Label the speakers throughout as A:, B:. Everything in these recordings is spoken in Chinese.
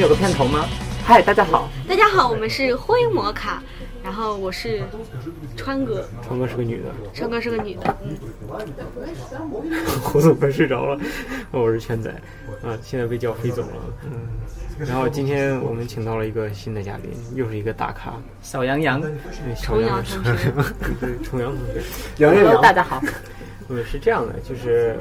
A: 有个片头吗？嗨，大家好，
B: 大家好，我们是灰摩卡，然后我是川哥，
A: 川哥是个女的，
B: 川哥是个女的，
A: 胡总快睡着了，哦我是圈仔，啊，现在被叫飞总了，嗯，然后今天我们请到了一个新的嘉宾，又是一个大咖，
C: 小羊羊，
A: 对重阳
B: 重
A: 重
B: 阳
A: 阳
B: 同，
A: 对重阳同学，
D: 杨艳阳，
E: 大家好，
A: 嗯，是这样的，就是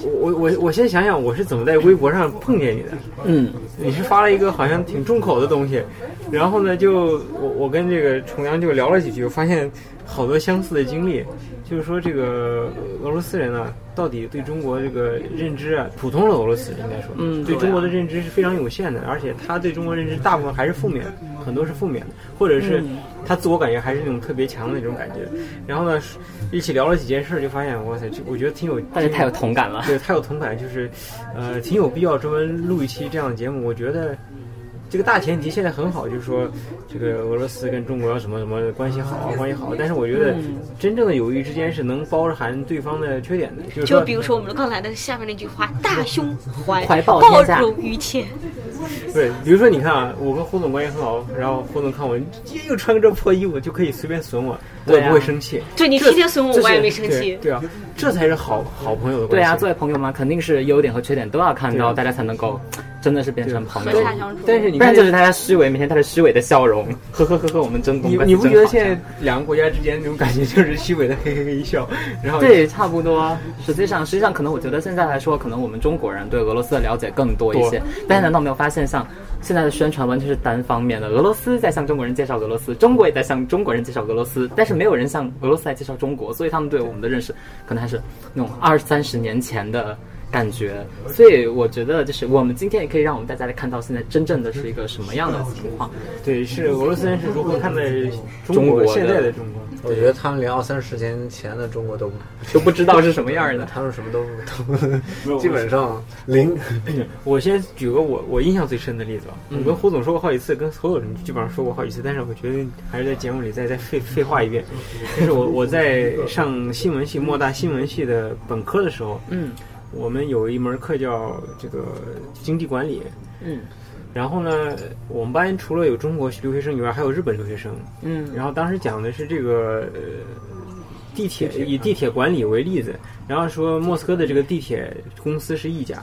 A: 我我我我先想想我是怎么在微博上碰见你的，
D: 嗯，
A: 你是发了一个好像挺重口的东西，然后呢，就我我跟这个重阳就聊了几句，我发现好多相似的经历，就是说这个呃俄罗斯人呢、到底对中国这个认知啊，普通的俄罗斯人应该说，
D: 嗯
A: 对
D: 对啊
A: 中国的认知是非常有限的，而且他对中国认知大部分还是负面，很多是负面的，或者是他自我感觉还是那种特别强的那种感觉。然后呢，一起聊了几件事，就发现哇塞，这我觉得挺有，
C: 大家太有同感了。
A: 对，太有同感，就是，呃，挺有必要专门录一期这样的节目。我觉得这个大前提现在很好，就是说这个俄罗斯跟中国要什么什么关系好，关系好。但是我觉得
C: 嗯
A: 真正的友谊之间是能包含对方的缺点的，就是
B: 就
A: 说
B: 比如说我们刚才的下面那句话，大胸怀
E: 怀抱
B: 包
E: 天下
B: 容于前，
A: 对，比如说你看啊，我跟胡总关系很好，然后胡总看我又穿个这破衣服就可以随便损我，我也
C: 对啊
A: 不会生气。
B: 对你
A: 这
B: 天天损我
A: 这，是
B: 我也没生
A: 对
B: 气。
A: 对啊，这才是好好朋友的关
C: 对
A: 系。
C: 啊，作为朋友嘛，肯定是优点和缺点都要看到，
A: 对啊
C: 大家才能够真的是变成朋
B: 对
C: 友
B: 和。洽相处
A: 但是你
C: 不然
A: 看
C: 就是大家虚伪，每天带着虚伪的笑容，呵呵呵呵，我们真我
A: 你
C: 们关系
A: 你不
C: 真
A: 觉得
C: 好
A: 现在两个国家之间那种感觉就是虚伪的嘿嘿嘿一笑，然后
C: 对，差不多。实际上，实际上可能我觉得现在来说，可能我们中国人对俄罗斯的了解更多一些
A: 多。
C: 但是难道没有发现，像现在的宣传完全是单方面的，俄罗斯在向中国人介绍俄罗斯，中国也在向中国人介绍俄罗斯，但是没有人向俄罗斯来介绍中国，所以他们对我们的认识可能还是 那种二三十年前的。感觉，所以我觉得就是我们今天也可以让我们大家来看到现在真正的是一个什么样的情况。
A: 对是俄罗斯人是如何看待中
C: 中
A: 国
C: 国的
A: 现在的中国？
D: 我觉得他们连二三十年前的中国都，
C: 都不知道是什么样的。
D: 他们什么都都基本上零。
A: 我先举个我我印象最深的例子吧，我跟胡总说过好几次，跟所有人基本上说过好几次，但是我觉得还是在节目里再再废废话一遍。就是我我在上新闻系莫大新闻系的本科的时候，
C: 嗯
A: 我们有一门课叫这个经济管理，
C: 嗯
A: 然后呢，我们班除了有中国留学生以外，还有日本留学生。
C: 嗯，
A: 然后当时讲的是这个呃地铁，以
C: 嗯
A: 地铁管理为例子，然后说莫斯科的这个地铁公司是一家，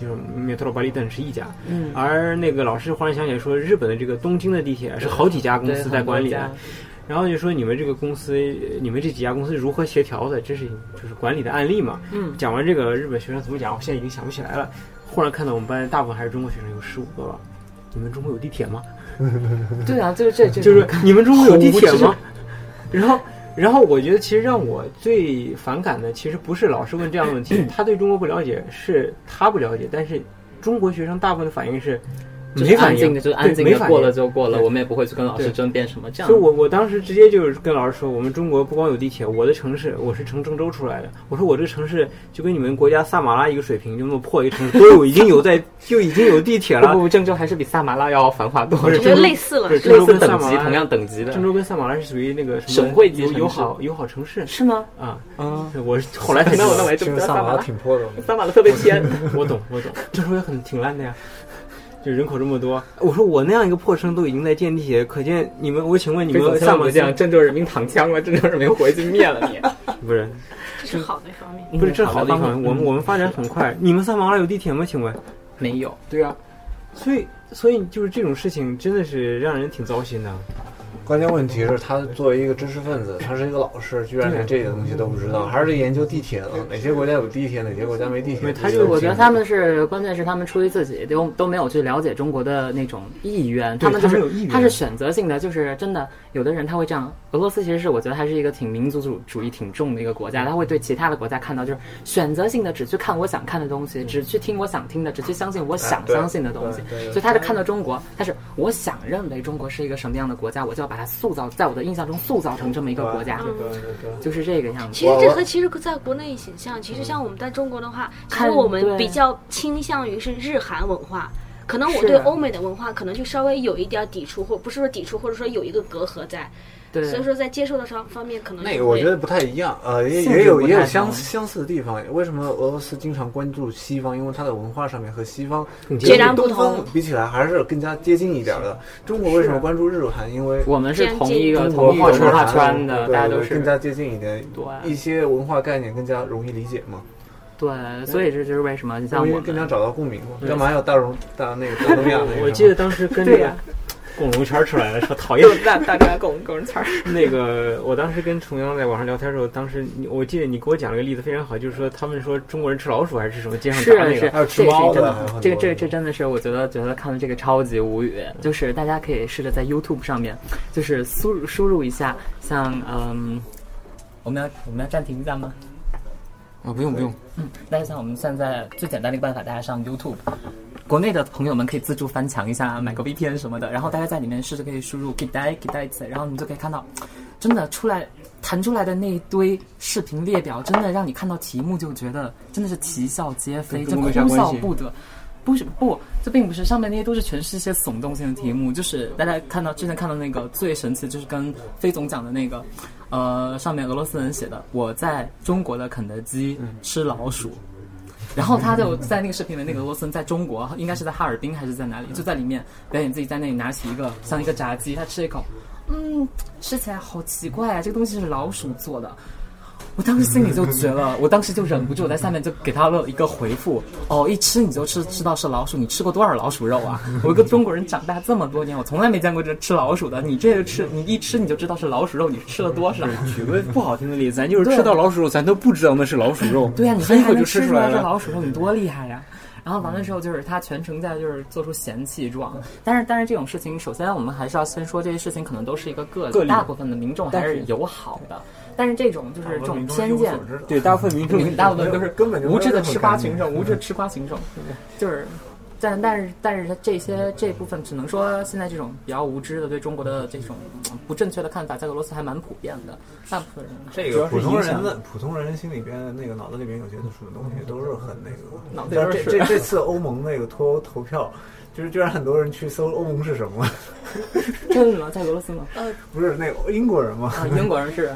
A: 就是 Metro b a l i t a n 是一家，
C: 嗯
A: 而那个老师忽然想起来说，日本的这个东京的地铁是好几家公
C: 对
A: 司在管理啊
C: 很
A: 的
C: 多家。
A: 然后就说你们这个公司，呃你们这几家公司如何协调的？这是就是管理的案例嘛。
C: 嗯
A: 讲完这个日本学生怎么讲，我现在已经想不起来了。忽然看到我们班大部分还是中国学生，有十五个吧。你们中国有地铁吗？
C: 对啊，就是这这
A: 就是你们中国有地铁
C: 好无
A: 吗？然后，然后我觉得其实让我最反感的，其实不是老师问这样的问题， 他对中国不了解，是他不了解，但是中国学生大部分的反应是
C: 就是
A: 没
C: 安
A: 反应
C: 静的，就是安静
A: 对
C: 的
A: 没反应
C: 过了就过了，
A: 对
C: 我们也不会去跟老师
A: 对
C: 争辩什么这样
A: 所以。我我当时直接就是跟老师说，我们中国不光有地铁，我的城市我是从郑州出来的，我说我这个城市就跟你们国家撒马拉一个水平，就那么破一个城市，都有已经有在就已经有地铁
C: 不
A: 了
C: 不，不，郑州还是比萨马拉要繁华多
A: 不
C: 了
A: 是
B: 我，觉得类似了
A: 对，郑
C: 类
A: 州
C: 似
A: 跟
C: 等
A: 萨马
C: 级
A: 拉
C: 同样等级的
A: 郑，州跟萨马拉是属于那个什么
C: 省会级
A: 友
C: 城市
A: 友好友好城市
C: 是吗？
A: 啊。
C: 嗯，
A: 我是后来才知道
C: 那我还真
D: 听
C: 不
D: 说
C: 知道萨
D: 萨马
C: 马
D: 拉
C: 拉
D: 挺破的，
C: 萨马拉特别偏。
A: 我 懂，我懂，郑州也很挺烂的呀，就人口这么多。我说我那样一个破城都已经在建地铁，可见你们，我请问你
C: 你
A: 们
C: 们
A: 萨
C: 萨
A: 马
C: 马
A: 拉
C: 这样，郑州人民躺枪了，郑州人民回去灭了 你。
A: 不是
B: 这是好的一方面。
C: 嗯
A: 不是这好的地
C: 方
A: 方，我嗯们我们发展很快。你们萨马拉有地铁吗？请问？
C: 没有。
A: 对啊，所以所以就是这种事情真的是让人挺糟心的。
D: 关键问题是，他作为一个知识分子，他是一个老师，居然连这个东西都不知道，还是研究地铁呢？哪些国家有地铁，哪些国家没地
A: 没
D: 铁？
A: 他就
D: 这个
C: 我觉得他们是，关键是他们出于自己都都没有去了解中国的那种意愿，
A: 对
C: 他们就
A: 他们有意
C: 是
A: 愿
C: 他是选择性的，就是真的有的人他会这样。俄罗斯其实是我觉得还是一个挺民族主主义挺重的一个国家，他会对其他的国家看到就是选择性的只去看我想看的东西，只去听我想听的，只去相信我想
D: 对
C: 相信的东西
D: 对对。对
C: 所以他是看到中国，但是我想认为中国是一个什么样的国家，我就要把它塑造，在我的印象中塑造成这么一个国家，
D: 对对对。
C: 就是这个样子。
B: 其实这
D: 我
B: 和其实在国内形象，其实像我们在中国的话，其实
C: 看
B: 我们
C: 对
B: 比较倾向于是日韩文化。可能我
C: 是
B: 对欧美的文化可能就稍微有一点抵触，或不是说抵触，或者说有一个隔阂在。
C: 对
B: 所以说在接受的方方面可能
D: 那
B: 就
D: 个我
B: 会
D: 觉得不太一样，呃，也
C: 性质
D: 也有
C: 不
D: 也有
C: 太
D: 相
C: 同
D: 相似的地方。为什么俄罗斯经常关注西方？因为它的文化上面和西方
A: 更
B: 截然不
D: 东方
B: 同
D: 比起来还是更加接近一点的。中国为什么关注日韩？因为
C: 我们是
B: 偏
C: 同
B: 见
C: 一个
D: 中
C: 同
D: 国
C: 一个
D: 画
C: 文化圈
D: 圈
C: 的，
D: 对
C: 大家都
D: 对
C: 是
D: 更加接近一点，
C: 对
D: 一些文化概念更加容易理解嘛，
C: 对，所以这就是为什么你像
D: 因
C: 我
D: 为更加
C: 们
D: 找到共鸣嘛。
C: 对
D: 干嘛要大容大那个大东亚 那个？
A: 我记得当时跟那
C: 对
A: 个
C: 呀
A: 共融圈出来了，说讨厌
C: 又在大家拱拱词 儿，
A: 那个，我当时跟重阳在网上聊天的时候，当时你我记得你给我讲了个例子非常好，就是说他们说中国人吃老鼠还是什啊么街上
C: 是
A: 炸那
C: 是
A: 个，
D: 还有，吃
C: 这个
D: 猫
C: 是真
D: 的还有
C: 的
D: 很，
C: 这个
D: 多
C: 这个
D: 的
C: 这真的是我觉得觉得看了这个超级无语，就是大家可以试着在 YouTube 上面，就是输入输入一下，像嗯，我们要我们要暂停一下吗？
A: 啊不用不用，
C: 但是像我们现在最简单的一个办法，大家上 YouTube。国内的朋友们可以自助翻墙一下，买个
A: 嗯
C: VPN 什么的，然后大家在里面试着可以输入 g i d a i g i d a i 然后你就可以看到，真的出来弹出来的那一堆视频列表，真的让你看到题目就觉得真的是啼笑皆非，
A: 跟
C: 这
A: 中国没啥
C: 哭笑
A: 关系
C: 不得。不是不，这并不是上面那些都是全是一些耸动性的题目，就是大家看到之前看到那个最神奇，就是跟飞总讲的那个，呃，上面俄罗斯人写的，我在中国的肯德基
A: 嗯
C: 吃老鼠。然后他就在那个视频里面，那个俄罗斯人在中国，应该是在哈尔滨还是在哪里，就在里面表演自己在那里拿起一个像一个炸鸡，他吃一口，嗯，吃起来好奇怪啊，这个东西是老鼠做的。我当时心里就绝了， 我当时就忍不住，我在下面就给他了一个回复。哦，一吃你就吃吃到是老鼠，你吃过多少老鼠肉啊？ 我一个中国人长大这么多年，我从来没见过这吃老鼠的。你这个吃，你一吃你就知道是老鼠肉，你吃了多少？
A: 举个不好听的例子，咱就是
C: 对
A: 吃到老鼠肉，咱都不知道那是老鼠肉，
C: 对呀、你
A: 很
C: 现
A: 一
C: 在还
A: 口
C: 能
A: 就
C: 吃
A: 出来
C: 这
A: 了。
C: 老鼠肉，你多厉害呀、然后完了之后，就是他全程在就是做出嫌弃
A: 嗯
C: 状，但是但是这种事情，首先我们还是要先说这些事情可能都是一个个
A: 个例
C: 大部分的民众还
A: 但
C: 是
A: 是
C: 友好的，但是这种就是这种偏见，
A: 对，大部分 民众
C: 大部分都是
D: 根本就没有
C: 无知的
D: 任何
C: 吃瓜
D: 概
C: 群
D: 念
C: 众，无知的吃瓜群众，
A: 嗯
C: 就是，但但是但是这些这部分只能说现在这种比较无知的对中国的这种嗯不正确的看法，在俄罗斯还蛮普遍的，大部分人
E: 这
F: 主
E: 个
F: 要是
E: 普
F: 影
E: 通
F: 响
E: 人的普通人心里边那个脑子里边有些什么东西都是很那个。
C: 脑袋
E: 但
C: 都
E: 是
C: 是
E: 这这这次欧盟那个脱欧投票，就是居然很多人去搜欧盟是什么，
C: 真的吗？在俄罗斯吗？
E: 不是那个英国人吗？
C: 啊，英国人是。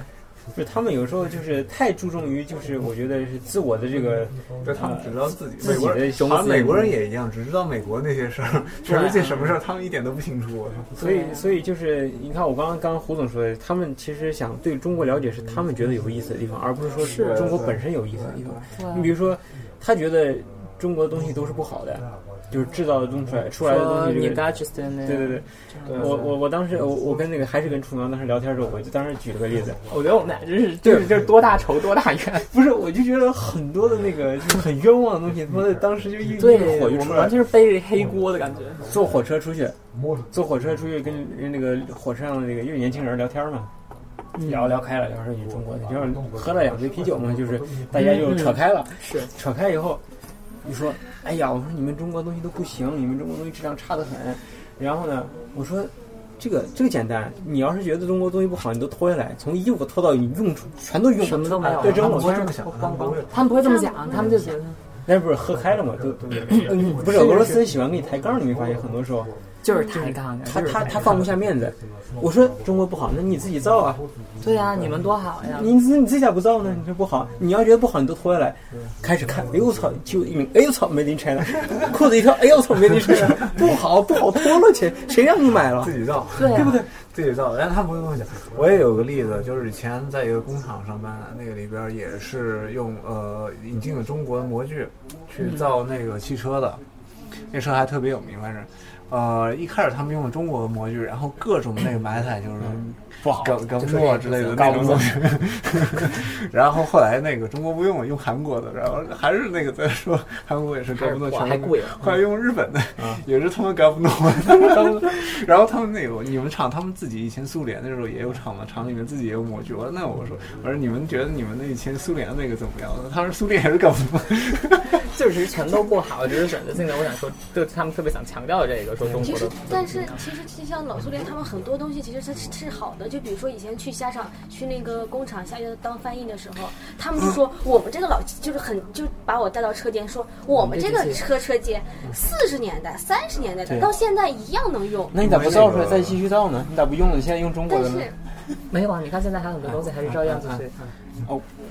A: 就是他们有时候就是太注重于，就是我觉得是自我的这个，
C: 嗯
E: 就他们只知道自己，
A: 自
E: 美
A: 己的
E: 国人
A: 中
E: 好像
A: 心
E: 美国人也一样，只知道美国那些事儿，全世界什么事儿他们一点都不清楚。我操！
A: 所以所以就是你看我刚刚刚胡总说的，他们其实想对中国了解是他们觉得有意思的地方，而不是说是中国本身有意思的地
C: 啊
A: 方。你比如说，他觉得中国的东西都是不好的，就是制造的东西出来出来的东
C: 说
A: 西、就是，
C: 你 g a d g e t 那
A: 对对对，我我我当时我我跟那个还是跟楚阳当时聊天的时候，我就当时举了个例子，
C: 我觉哦得我们俩真是就是就是多大仇多大怨。
A: 不是，我就觉得很多的那个就是很冤枉的东西，他妈的当时就一
C: 对
A: 一个，火就
C: 我
A: 出
C: 们
A: 来
C: 完
A: 了，
C: 全是背着黑锅的感觉。
A: 坐火车出去，坐火车出去跟人那个火车上的那个又是年轻人聊天嘛。
C: 嗯
A: 聊聊开了，聊说你中国的，就是喝了两杯啤酒嘛，就是大家就扯开了，
C: 嗯是
A: 扯开以后，你说，哎呀，我说你们中国东西都不行，你们中国东西质量差得很。然后呢，我说这个这个简单，你要是觉得中国东西不好，你都脱下来，从衣服脱到你用处，全都用
C: 什么都没有
A: 对，扔了
E: 我。 是这么想的，
C: 光光
E: 我也，
C: 他们不会这么讲，他们就觉得
A: 那不是喝开了嘛，都都嗯不是俄罗斯人喜欢给你抬杠，你没发现很多时候，
C: 就是抬杠啊，
A: 他
C: 就是嗯
A: 他
C: 抬
A: 他
C: 杠
A: 放不下面子。我说中国不好，那你自己造啊，
C: 对啊，你们多好呀！
A: 你自你自己咋不造呢？你这不好，你要觉得不好，你都脱下来，
C: 嗯
A: 开始看，哎呦我操，就一名，哎呦我操，没拎 China，裤子一跳，哎呦我操，没拎 China，不好不好，脱了去，谁让你买了
E: 自？己造，
C: 对啊
E: 不对？自己造，但是他不会跟我讲。我也有个例子，就是以前在一个工厂上班，那个里边也是用呃引进了中国的模具去造那个汽车的，那车还特别有名，反正。呃，一开始他们用了中国的模具，然后各种那个埋汰，就是
A: 嗯不好，
E: 梗梗墨之类的那种东西。 然后后来那个中国不用了，用韩国的，然后还是那个在说韩国也是搞不弄，
C: 还是
E: 全
C: 还贵
E: 后来用日本的，
A: 嗯
E: 也是他们搞不弄。他们然后他们那个你们厂，他们自己以前苏联的时候也有厂嘛，厂里面自己也有模具。我说那我说我说你们觉得你们那以前苏联的那个怎么样？他说苏联也是搞不弄。
C: 就是全都不好，只是选择性的。我想说，就他们特别想强调这个，说中
B: 其
C: 国
B: 实
C: 的，
B: 但是其实就像老苏联，他们很多东西其实是是好的。就比如说以前去下场去那个工厂下去当翻译的时候，他们就说
C: 嗯
B: 我们这个老就是很就把我带到车间，说我们
C: 嗯
B: 这个车车间四十年代、三十年代的
A: 对
B: 到现在一样能用。
A: 那你咋不造出来再继续造呢？你咋不用了？你现在用中国
B: 但
A: 的呢
B: 是？
C: 没有啊，你看现在还很多东西还是照样就是，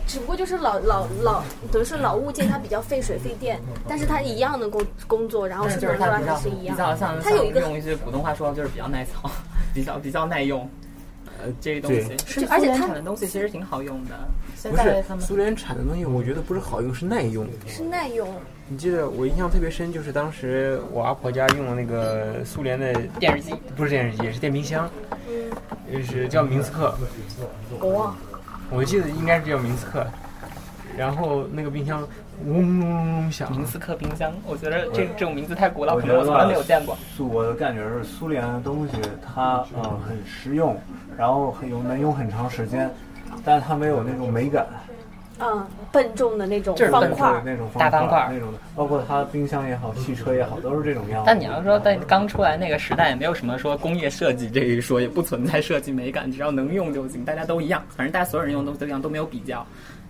B: 只不过就是老老老，等于说老物件它比较费水费电，但是它一样能够工作，然后
C: 但
B: 是
C: 是
B: 不
C: 就是
B: 能让
C: 它比
B: 它
C: 较
B: 是一
C: 比
B: 样。
C: 较像，
B: 它有一个
C: 用一句普通话说就是比较耐操，比较比较耐用。呃，这些东西，是
B: 就而且
C: 苏联
B: 它
C: 产的东西其实挺好用的。现
A: 不
C: 在
A: 是
C: 他们
A: 苏联产的东西，我觉得不是好用，是耐用。
B: 是耐用，
A: 你记得我印象特别深，就是当时我阿婆家用的那个苏联的
C: 电视机，
A: 不是电视机，是电冰箱，就是叫明斯克，
B: 国王
A: 我记得应该是叫明斯克。然后那个冰箱嗡嗡嗡嗡响，
C: 明斯克冰箱，我觉得这这种名字太古老，
E: 我
C: 可
E: 觉
C: 能
E: 得
C: 我从来没有见过。
E: 苏我的感觉是苏联的东西它呃很实用，然后很有能用很长时间，但它没有那种美感，
B: 啊，笨重的那种
E: 就是
B: 方块儿，
E: 那种
C: 大方
E: 方
C: 块
E: 块
C: 儿
E: 那种的，包括它冰箱也好，汽车也好，都是这种样子。
C: 但你要说在刚出来那个时代，也没有什么说工业设计这一说，也不存在设计美感，只要能用就行，大家都一样。反正大家所有人用的都都一样，都没有比较。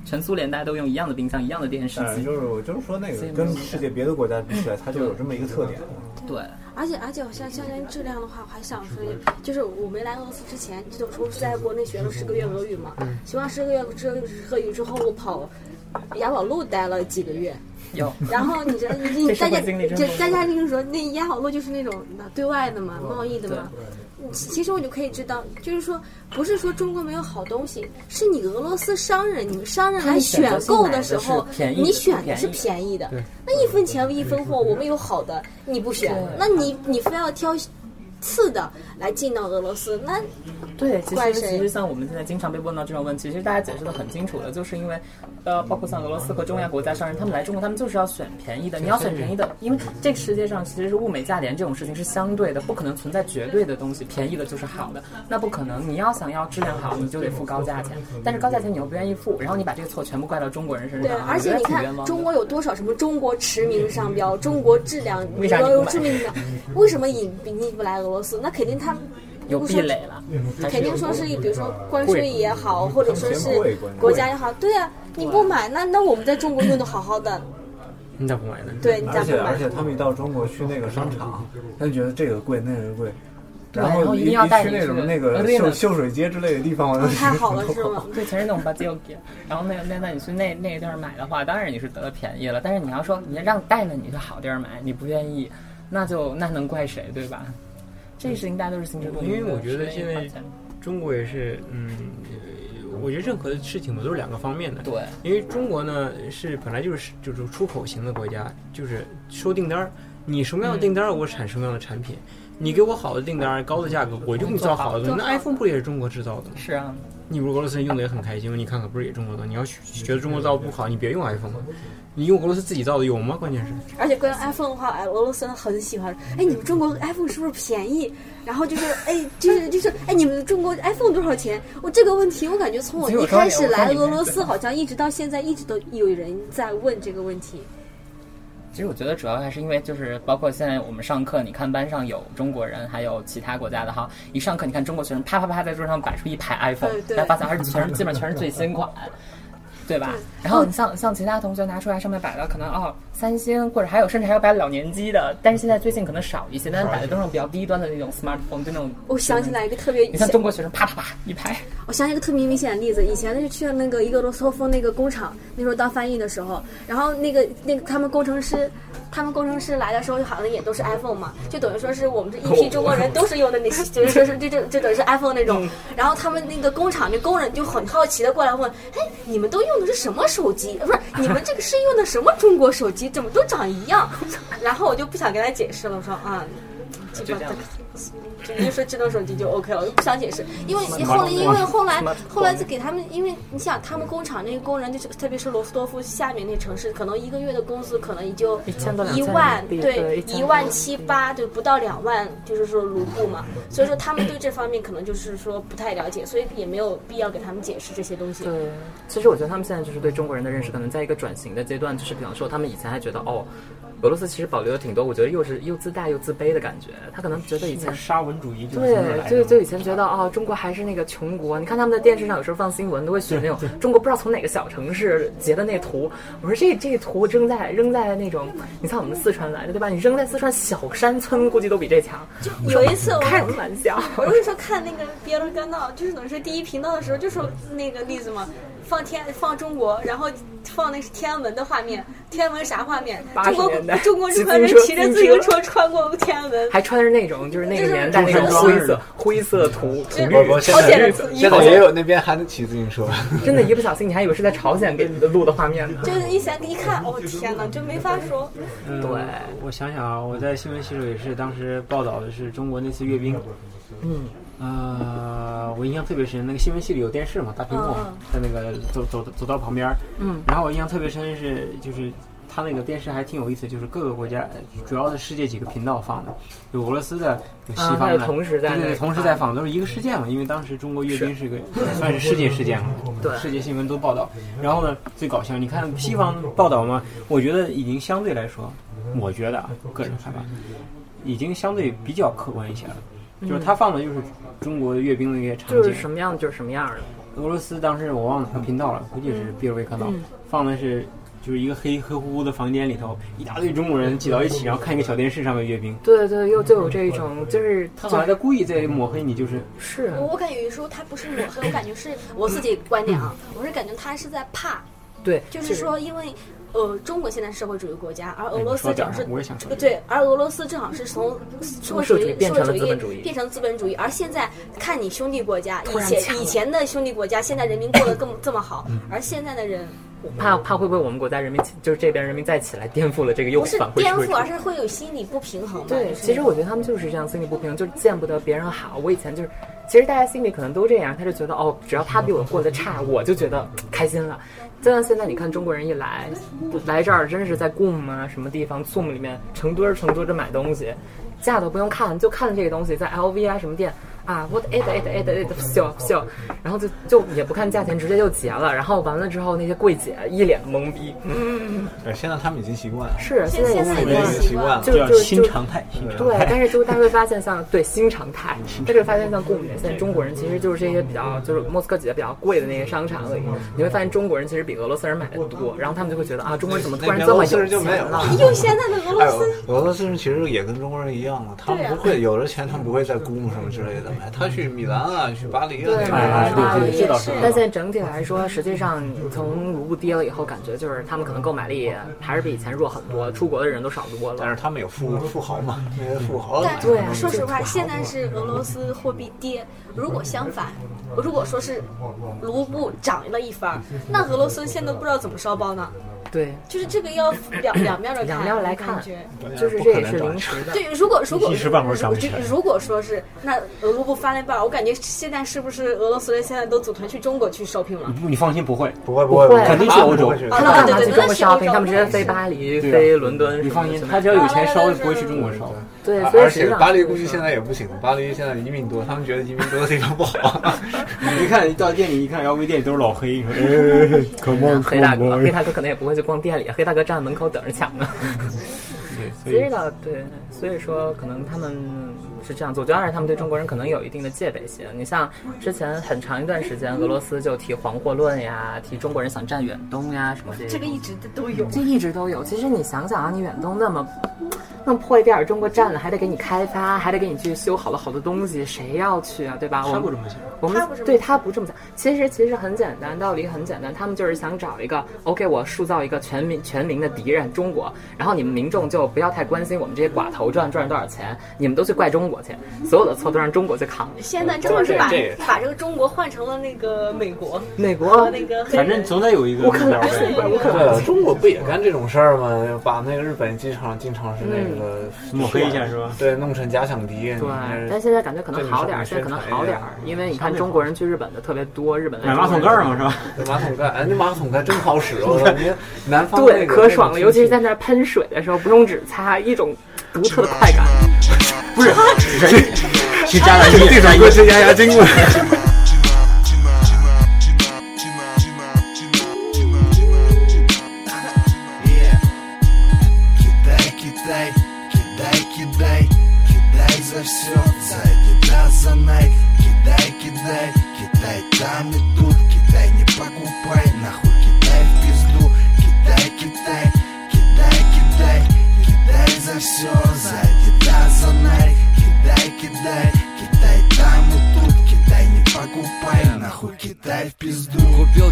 C: 全苏联大家都用一样的冰箱，一样的电视
E: 呃，
C: 机。
E: 就是我就是说那个跟世界别的国家比起来，它就有这么一个特点。
C: 对，
B: 而且而且，我像像跟质量的话，我还想说，就是我没来俄罗斯之前，就我是在国内学了十个月俄语嘛，学完十个月这个俄语之后，我跑雅宝路待了几个月。
C: 有
B: 然后你知道，你
C: 这
B: 你
C: 社
B: 大
C: 会
B: 家
C: 经历真
B: 就
C: 丰富
B: 大家听说那雅好路就是那种对外的嘛，贸易的嘛。其其实我就可以知道，就是说，不是说中国没有好东西，是你俄罗斯商人，你们商人来
C: 选择
B: 选
C: 性
B: 购
C: 买的
B: 时
C: 是
B: 候，
C: 便宜的
B: 你
C: 是
B: 选的是
C: 便宜的
B: 便宜的，那一分钱一分货，我们有好的，你不选，那你你非要挑次的来进到俄罗斯，那
C: 对，其
B: 怪
C: 实
B: 谁
C: 其实像我们现在经常被问到这种问题，其实大家解释的很清楚的，就是因为，呃，包括像俄罗斯和中亚国家商人，他们来中国，他们就是要选便宜的。你要选便宜的，因为这个世界上其实是物美价廉这种事情是相对的，不可能存在绝对的东西，便宜的就是好的，那不可能。你要想要质量好，你就得付高价钱，但是高价钱你又不愿意付，然后你把这个错全部怪到中国人身
B: 对
C: 上，，
B: 而
C: 我觉
B: 且
C: 得
B: 你
C: 挺
B: 看
C: 冤枉的嗯
B: 中国有多少什么中国驰名商标、中国质量、
C: 为啥你不
B: 有
C: 买
B: 知名 的，为什么引你不来俄罗斯？那肯定他们
C: 有
B: 不
C: 壁
B: 说
C: 垒了，还是
B: 肯定
C: 有
B: 说是比如说关税也好，或者说是
E: 他们嫌贵
B: 国家也好，对啊，你不买，那那我们在中国用的好好的，
A: 你咋不买呢？
B: 对你咋
E: 而
B: 不
E: 且而
B: 买？
E: 且他们一到中国去那个商场，他就觉得这个贵那个贵，嗯
C: 对
E: 然
C: 然后
E: 后
C: 一
E: 一
C: 定要带
E: 去
C: 你
E: 那
C: 去
E: 什么那
C: 呃
E: 个
C: 对
E: 秀
C: 呢
E: 秀水街之类的地方，我就觉得
B: 太好了是吗？
C: 对，全是那种把 deal 给， 然后那个那那你去那那个地儿买的话，当然你是得了便宜了，但是你要说你让带着你去好地儿买，你不愿意，那就那能怪谁对吧？这事情大家都是心知肚明的。
A: 因为我觉得
C: 谁愿意花钱
A: 中国也是，嗯，呃我觉得任何事情嘛都是两个方面的。
C: 对，
A: 因为中国呢是本来就是就是出口型的国家，就是收订单儿，你什么样的订单儿，我产什么样的产品。你给我好的订单儿，高的价格，我就给你造好的东西。那 iPhone 不也是中国制造的吗？
C: 是啊，
A: 你如果俄罗斯人用的也很开心吗？你看看不是也中国的？你要是觉得中国造的不好，你别用 iPhone 了。你用俄罗斯自己造的有吗？关键是，
B: 而且关于 iPhone 的话，哎，俄罗斯人很喜欢，哎，你们中国 iPhone 是不是便宜？然后就是，哎，就是就是，哎，你们中国 iPhone 多少钱？我这个问题，我感觉从我一开始来俄罗斯，好像一直到现在，一直都有人在问这个问题。
C: 其实我觉得主要还是因为就是包括现在我们上课，你看班上有中国人，还有其他国家的哈。一上课，你看中国学生啪啪啪在桌上摆出一排 iPhone，
B: 对对
C: 大家发现还是全是基本上全是最新款，对吧？然后你像像其他同学拿出来上面摆的可能哦三星，或者还有甚至还有摆老年机的，但是现在最近可能少一些，但是摆的都是比较低端的那种 smartphone，就那种。
B: 我想起来一个特别，
C: 你看中国学生啪啪啪一排，
B: 我想起一个特别明显的例子，以前就是去那个一个罗斯托夫那个工厂，那时候当翻译的时候，然后那个那个他们工程师，他们工程师来的时候好像也都是 iPhone 嘛，就等于说是我们这一批中国人都是用的那些，就是说是这这这等于是 iPhone 那种。然后他们那个工厂那工人就很好奇的过来问，哎，你们都用的是什么手机？不是你们这个是用的什么中国手机？怎么都长一样？ 然后我就不想跟他解释了，我说啊。
C: 就这样
B: 直接说智能手机就 OK 了，我就不想解释，因为后来因为后来后来就给他们，因为你想他们工厂那个工人，就是特别是罗斯托夫下面那城市，可能一个月的工资可能也就
C: 一千多两
B: 一
C: 千
B: 万，
C: 人民币
B: 对
C: 对，
B: 一万七八，对，不到两万，就是说卢布嘛，所以说他们对这方面可能就是说不太了解，所以也没有必要给他们解释这些东西。
C: 对，其实我觉得他们现在就是对中国人的认识，可能在一个转型的阶段，就是比方说他们以前还觉得哦，俄罗斯其实保留了挺多，我觉得又是又自大又自卑的感觉。他可能觉得以前
F: 是沙文主义就是从这儿
C: 对，
F: 来
C: 就
F: 的。
C: 就以前觉得啊、中国还是那个穷国。你看他们在电视上有时候放新闻，都会选那种中国不知道从哪个小城市截的那图。我说这这图扔在扔在那种，你像我们四川来的对吧？你扔在四川小山村，估计都比这强。
B: 就有一次我
C: 开什么玩笑？
B: 我那时候看那个《别了干道》，就是等于说第一频道的时候，就说那个例子嘛，放天放中国，然后放那是天安门的画面，天安门啥画面？
C: 80
B: 中国
C: 年代
B: 中国共产人骑着自行车穿过天安 门，
C: 还穿着那种就是那个年代那种
B: 就是
C: 灰色灰色图图
B: 这
C: 绿，
D: 我我现
B: 朝鲜
D: 在
B: 的衣
D: 现
B: 服
D: 在。也有那边还能骑自行车，
C: 真的，一不小心你还以为是在朝鲜给你的录的画面呢。
B: 就是一想一看，哦天哪，就没法说。
A: 嗯
C: 对
A: 我想想啊，我在新闻系里也是当时报道的是中国那次阅兵，
C: 嗯，
A: 呃，我印象特别深，那个新闻系里有电视嘛，大屏幕
B: 嗯嗯，
A: 在那个走走走道旁边儿，
C: 嗯，
A: 然后我印象特别深是就是。它那个电视还挺有意思，就是各个国家主要的世界几个频道放的，有俄罗斯的，有西
C: 啊
A: 方
C: 还有
A: 的，
C: 同时在
A: 对对
C: 那啊
A: 对，同时在放，都是一个事件嘛。因为当时中国阅兵是个也算是世界事件嘛，
C: 对
A: 世界新闻都报道。然后呢，最搞笑，你看西方报道嘛，我觉得已经相对来说，我觉得啊，个人看法，已经相对比较客观一些了。就是他放的就是中国阅兵的那些场
C: 嗯就是
A: 景，
C: 什么样就是什么样的。
A: 俄罗斯当时我忘了什么频道了，估计
C: 嗯
A: 是别尔维看到、放的是就是一个黑黑乎乎的房间里头，一大堆中国人挤到
C: 嗯
A: 一起，然后看一个小电视上面阅兵。
C: 对对，又就有这种就是
A: 他好像在故意在抹黑你，就是
C: 是
B: 我我感觉有时候他不是抹黑，我感觉是我自己观点啊，我是感觉他是在怕，
C: 对，
B: 就是说，因为呃，中国现在是社会主义国家，而俄
A: 哎
B: 罗
A: 你
B: 斯
A: 说
B: 正好
A: 这
B: 是
A: 儿我也想说
B: 对，而俄罗斯正好是从社会主
C: 嗯社会主义
B: 义
C: 变成了
B: 社
C: 资
B: 会
C: 本主义
B: 变成资本主义，而现在看你兄弟国家，
C: 突
B: 以
C: 然
B: 前
C: 强了嗯
B: 以前的兄弟国家，现在人民过得更 这么好，而现在的人
C: 怕怕会不会我们国家人民起就是这边人民再起来颠覆了这个又
B: 不是
C: 反回
B: 颠
C: 社
B: 覆，
C: 会主义
B: 而是会有心理不平衡吧。
C: 对，
B: 就是
C: 其实我觉得他们就是这样，心里不平，就是见不得别人好。我以前就是，其实大家心里可能都这样，他就觉得哦，只要他比我过得差，我就觉得开心了。就像现在你看中国人一来，来这儿真是在 GOOM 啊什么地方 ZOOM 里面成堆儿成堆儿的买东西，价都不用看，就看这个东西在 LV 啊什么店。啊，what it it it it 笑笑，然后就就也不看价钱，直接就结了。然后完了之后，那些柜姐一脸懵逼。嗯
E: 呃现在他们已经习惯了，
C: 是，现在也
B: 现在
C: 习
B: 也
C: 惯
B: 是
C: 了，
E: 习惯了，
C: 就就就
F: 态，新常
C: 对，但是就大家会发现像，对新常态，但是会发现像过五年，现在中国人其实就是这些比较就是莫斯科几个比较贵的那些商场里，你会发现中国人其实比俄罗斯人买的多，然后他们就会觉得啊，中国人怎么突然这么有
D: 就没有
C: 钱了？
B: 又现在的俄
D: 哎
B: 罗斯，，
D: 俄罗斯人其实也跟中国人一样嘛，
C: 啊
D: 啊他们不会有了钱，他们不会再估摸什么之类的买，他去米兰啊，去巴黎啊，
C: 对
D: 那种
A: 哎
D: 地方
A: 对对对这倒
B: 是
C: 但现在整体来说，实际上从卢布跌了以后，感觉就是他们可能购买力还是比以前弱很多，出国的人都少多
D: 但
C: 了。
D: 是他们有富富豪嘛，那些富豪
B: 但
C: 对啊
B: 说实话，现在是俄罗斯货币跌。如果相反，如果说是卢布涨了一番儿，那俄罗斯现在都不知道怎么烧包呢。
C: 对，
B: 就是这个要两两面的看，
C: 两面来看
B: 感觉
C: 就是这也是临时的。
B: 对，如果如果
F: 一时半会儿想不
B: 如
F: 起来
B: 如果说是那俄卢布翻了一半儿，我感觉现在是不是俄罗斯人现在都组团去中国去 shopping
F: 嗯
B: 了？
A: 你放心不会，
D: 不会不
C: 会不
D: 会，
C: 会
A: 肯定去欧洲
B: 啊
C: 他们干嘛
B: 对
C: 去
B: 对对
C: 中国
B: 那是欧
C: shopping？他们直接
B: 洲
C: 飞巴黎、
A: 对啊
C: 飞伦敦什么的去买，
A: 你放心，他只要有钱烧，也不会去中国烧。
C: 对，所以
D: 而
C: 实际
D: 且
C: 上
D: 巴黎估计现在也不行，巴黎现在移民多，他们觉得移民多的地方 不好。
A: 一看到店里一看，LV 店里都是老黑，说
C: 黑大哥，黑大哥可能也不会去逛店里，黑大哥站门口等着抢呢。所以呢，对，所以说可能他们是这样做，主要是他们对中国人可能有一定的戒备心。你像之前很长一段时间，俄罗斯就提黄祸论呀，提中国人想占远东呀什么这些。
B: 这个一直都有。
C: 这一直都有。其实你想想啊，你远东那么那么破一地儿，中国占了，还得给你开发，还得给你去修好了好多东西，谁要去啊？对吧？我
A: 他
C: 们
A: 不这么想。
C: 我们
B: 他不这么
C: 对他不这么想。其实其实很简单，道理很简单，他们就是想找一个 OK，我塑造一个全民全民的敌人中国，然后你们民众就不要太关心我们这些寡头赚赚多少钱，你们都去怪中国去，所有的错都让中国去扛。
B: 现
F: 嗯
B: 在真的是把
D: 这也
B: 把这个中国换成了那个美国
C: 美国
B: 和那个黑
A: 反正
B: 人
A: 总得有一个目标呗。
D: 对啊，中国不也干这种事儿吗？把那个日本机场经常是那个
A: 抹黑一下是吧
D: 对，弄成假想敌。
C: 嗯对
D: 你，
C: 但
D: 是
C: 现在感觉可能好点儿，
D: 这
C: 现
D: 个
C: 在
D: 是
C: 可能
D: 我们宣传
C: 好点儿，因为你看中国人去日本的特别多，日本来
A: 买马
C: 中国
A: 桶
C: 人
A: 盖儿嘛是吧？
D: 那马桶盖，哎，那马桶盖真好使，我感觉南方那
C: 对，
D: 个
C: 可爽了，尤其是。在
D: 那个
C: 那儿喷水的时候，不用纸擦，一种独特的快感。
A: 不是，是加了一这首歌是压压惊过。
G: Кидай, кидай, кидай, кидай, кидай за все,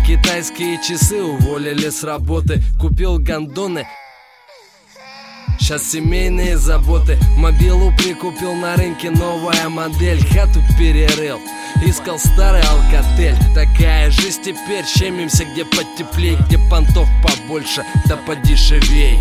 G: Китайские часы уволили с работы Купил гондоны Сейчас семейные заботы Мобилу прикупил на рынке новая модель Хату перерыл, искал старый алкотель Такая жизнь теперь, щемимся где потеплей Где понтов побольше, да подешевей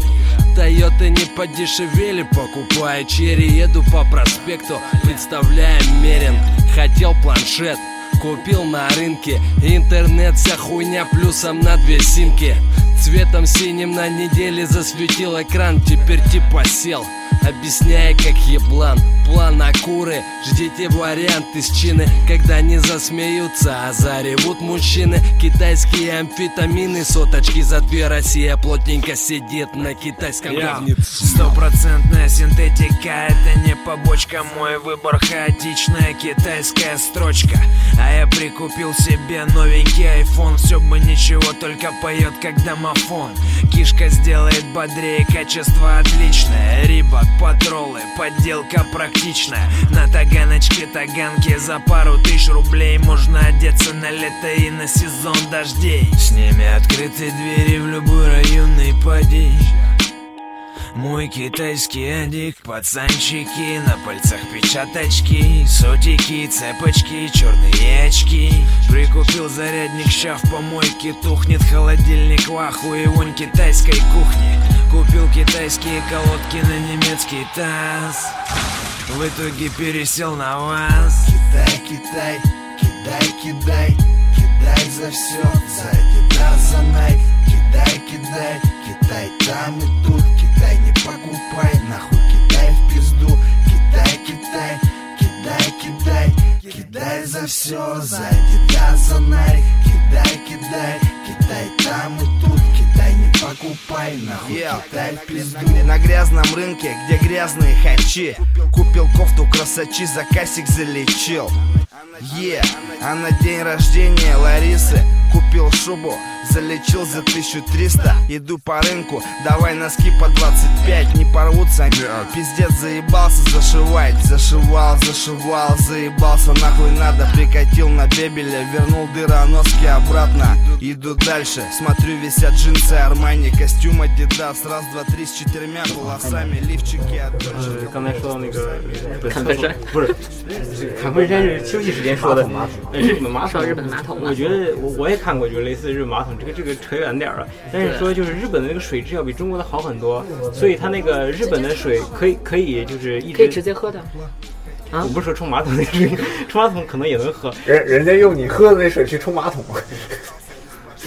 G: Тойоты не подешевели, покупая черри Еду по проспекту, представляя мерин Хотел планшет, Купил на рынке интернет, вся хуйня плюсом на две симки Цветом синим на неделе засветил экран, теперь типа сел Объясняя как еблан, план акуры Ждите вариант из чины, когда не засмеются, а заревут мужчины Китайские амфетамины, соточки за две Россия плотненько сидит на китайском говне
H: Стопроцентная синтетика Это не побочка, мой выбор Хаотичная китайская строчка А я прикупил себе новенький iPhone Все бы ничего, только поет как домофон Кишка сделает бодрее, качество отличное Рибок, патролы, подделка практичная На таганочке таганки за пару тысяч рублей Можно одеться на лето и на сезон дождей С ними открыты двери в любой районный падеж мой китайский адик, пацанчики На пальцах печаточки, сотики, цепочки, черные очки Прикупил зарядник, ща в помойке тухнет Холодильник в ахуе, вонь китайской кухни Купил китайские колодки на немецкий таз В итоге пересел на вас
I: Кидай, кидай, кидай, кидай, кидай за все, за Adidas, за Nike. Кидай, кидай, кидай там и тут, кидай не покупай, нахуй кидай в пизду. Кидай, кидай, кидай, кидай, кидай за все, за Adidas, за Nike. Кидай, кидай, кидай там и тут, кидай не покупай, нахуй
J: Yeah.
I: кидай в пизду.
J: На грязном рынке, где грязные хачи Купил кофту красачи, за касик залечил Е, а на день рождения Ларисы Купил шубу, залечил за 1300 Иду по рынку, давай носки по 25 Не порвутся они, пиздец заебался зашивать Зашивал, зашивал, заебался нахуй надо Прикатил на бебеля, вернул дыроноски обратно Иду дальше, смотрю висят джинсы Армани Костюм Адидас, раз, два, три, с четырьмя полосами Лифчики от Dolce
A: 呃，刚才说到那个不是
C: 砍分山
A: 不是砍分山是休息时间说的，呃日本马
C: 说
A: 桶，
C: 日本马桶啊
A: 我觉得我我也看过，就是类似日本马桶，这个这个扯远点儿了。但是说就是日本的那个水质要比中国的好很多，所以它那个日本的水可以可以就是一
C: 可以
A: 直
C: 直接喝的。
A: 我不是说冲马桶那个事情，冲马桶可能也能喝，
D: 人人家用你喝的那水去冲马桶，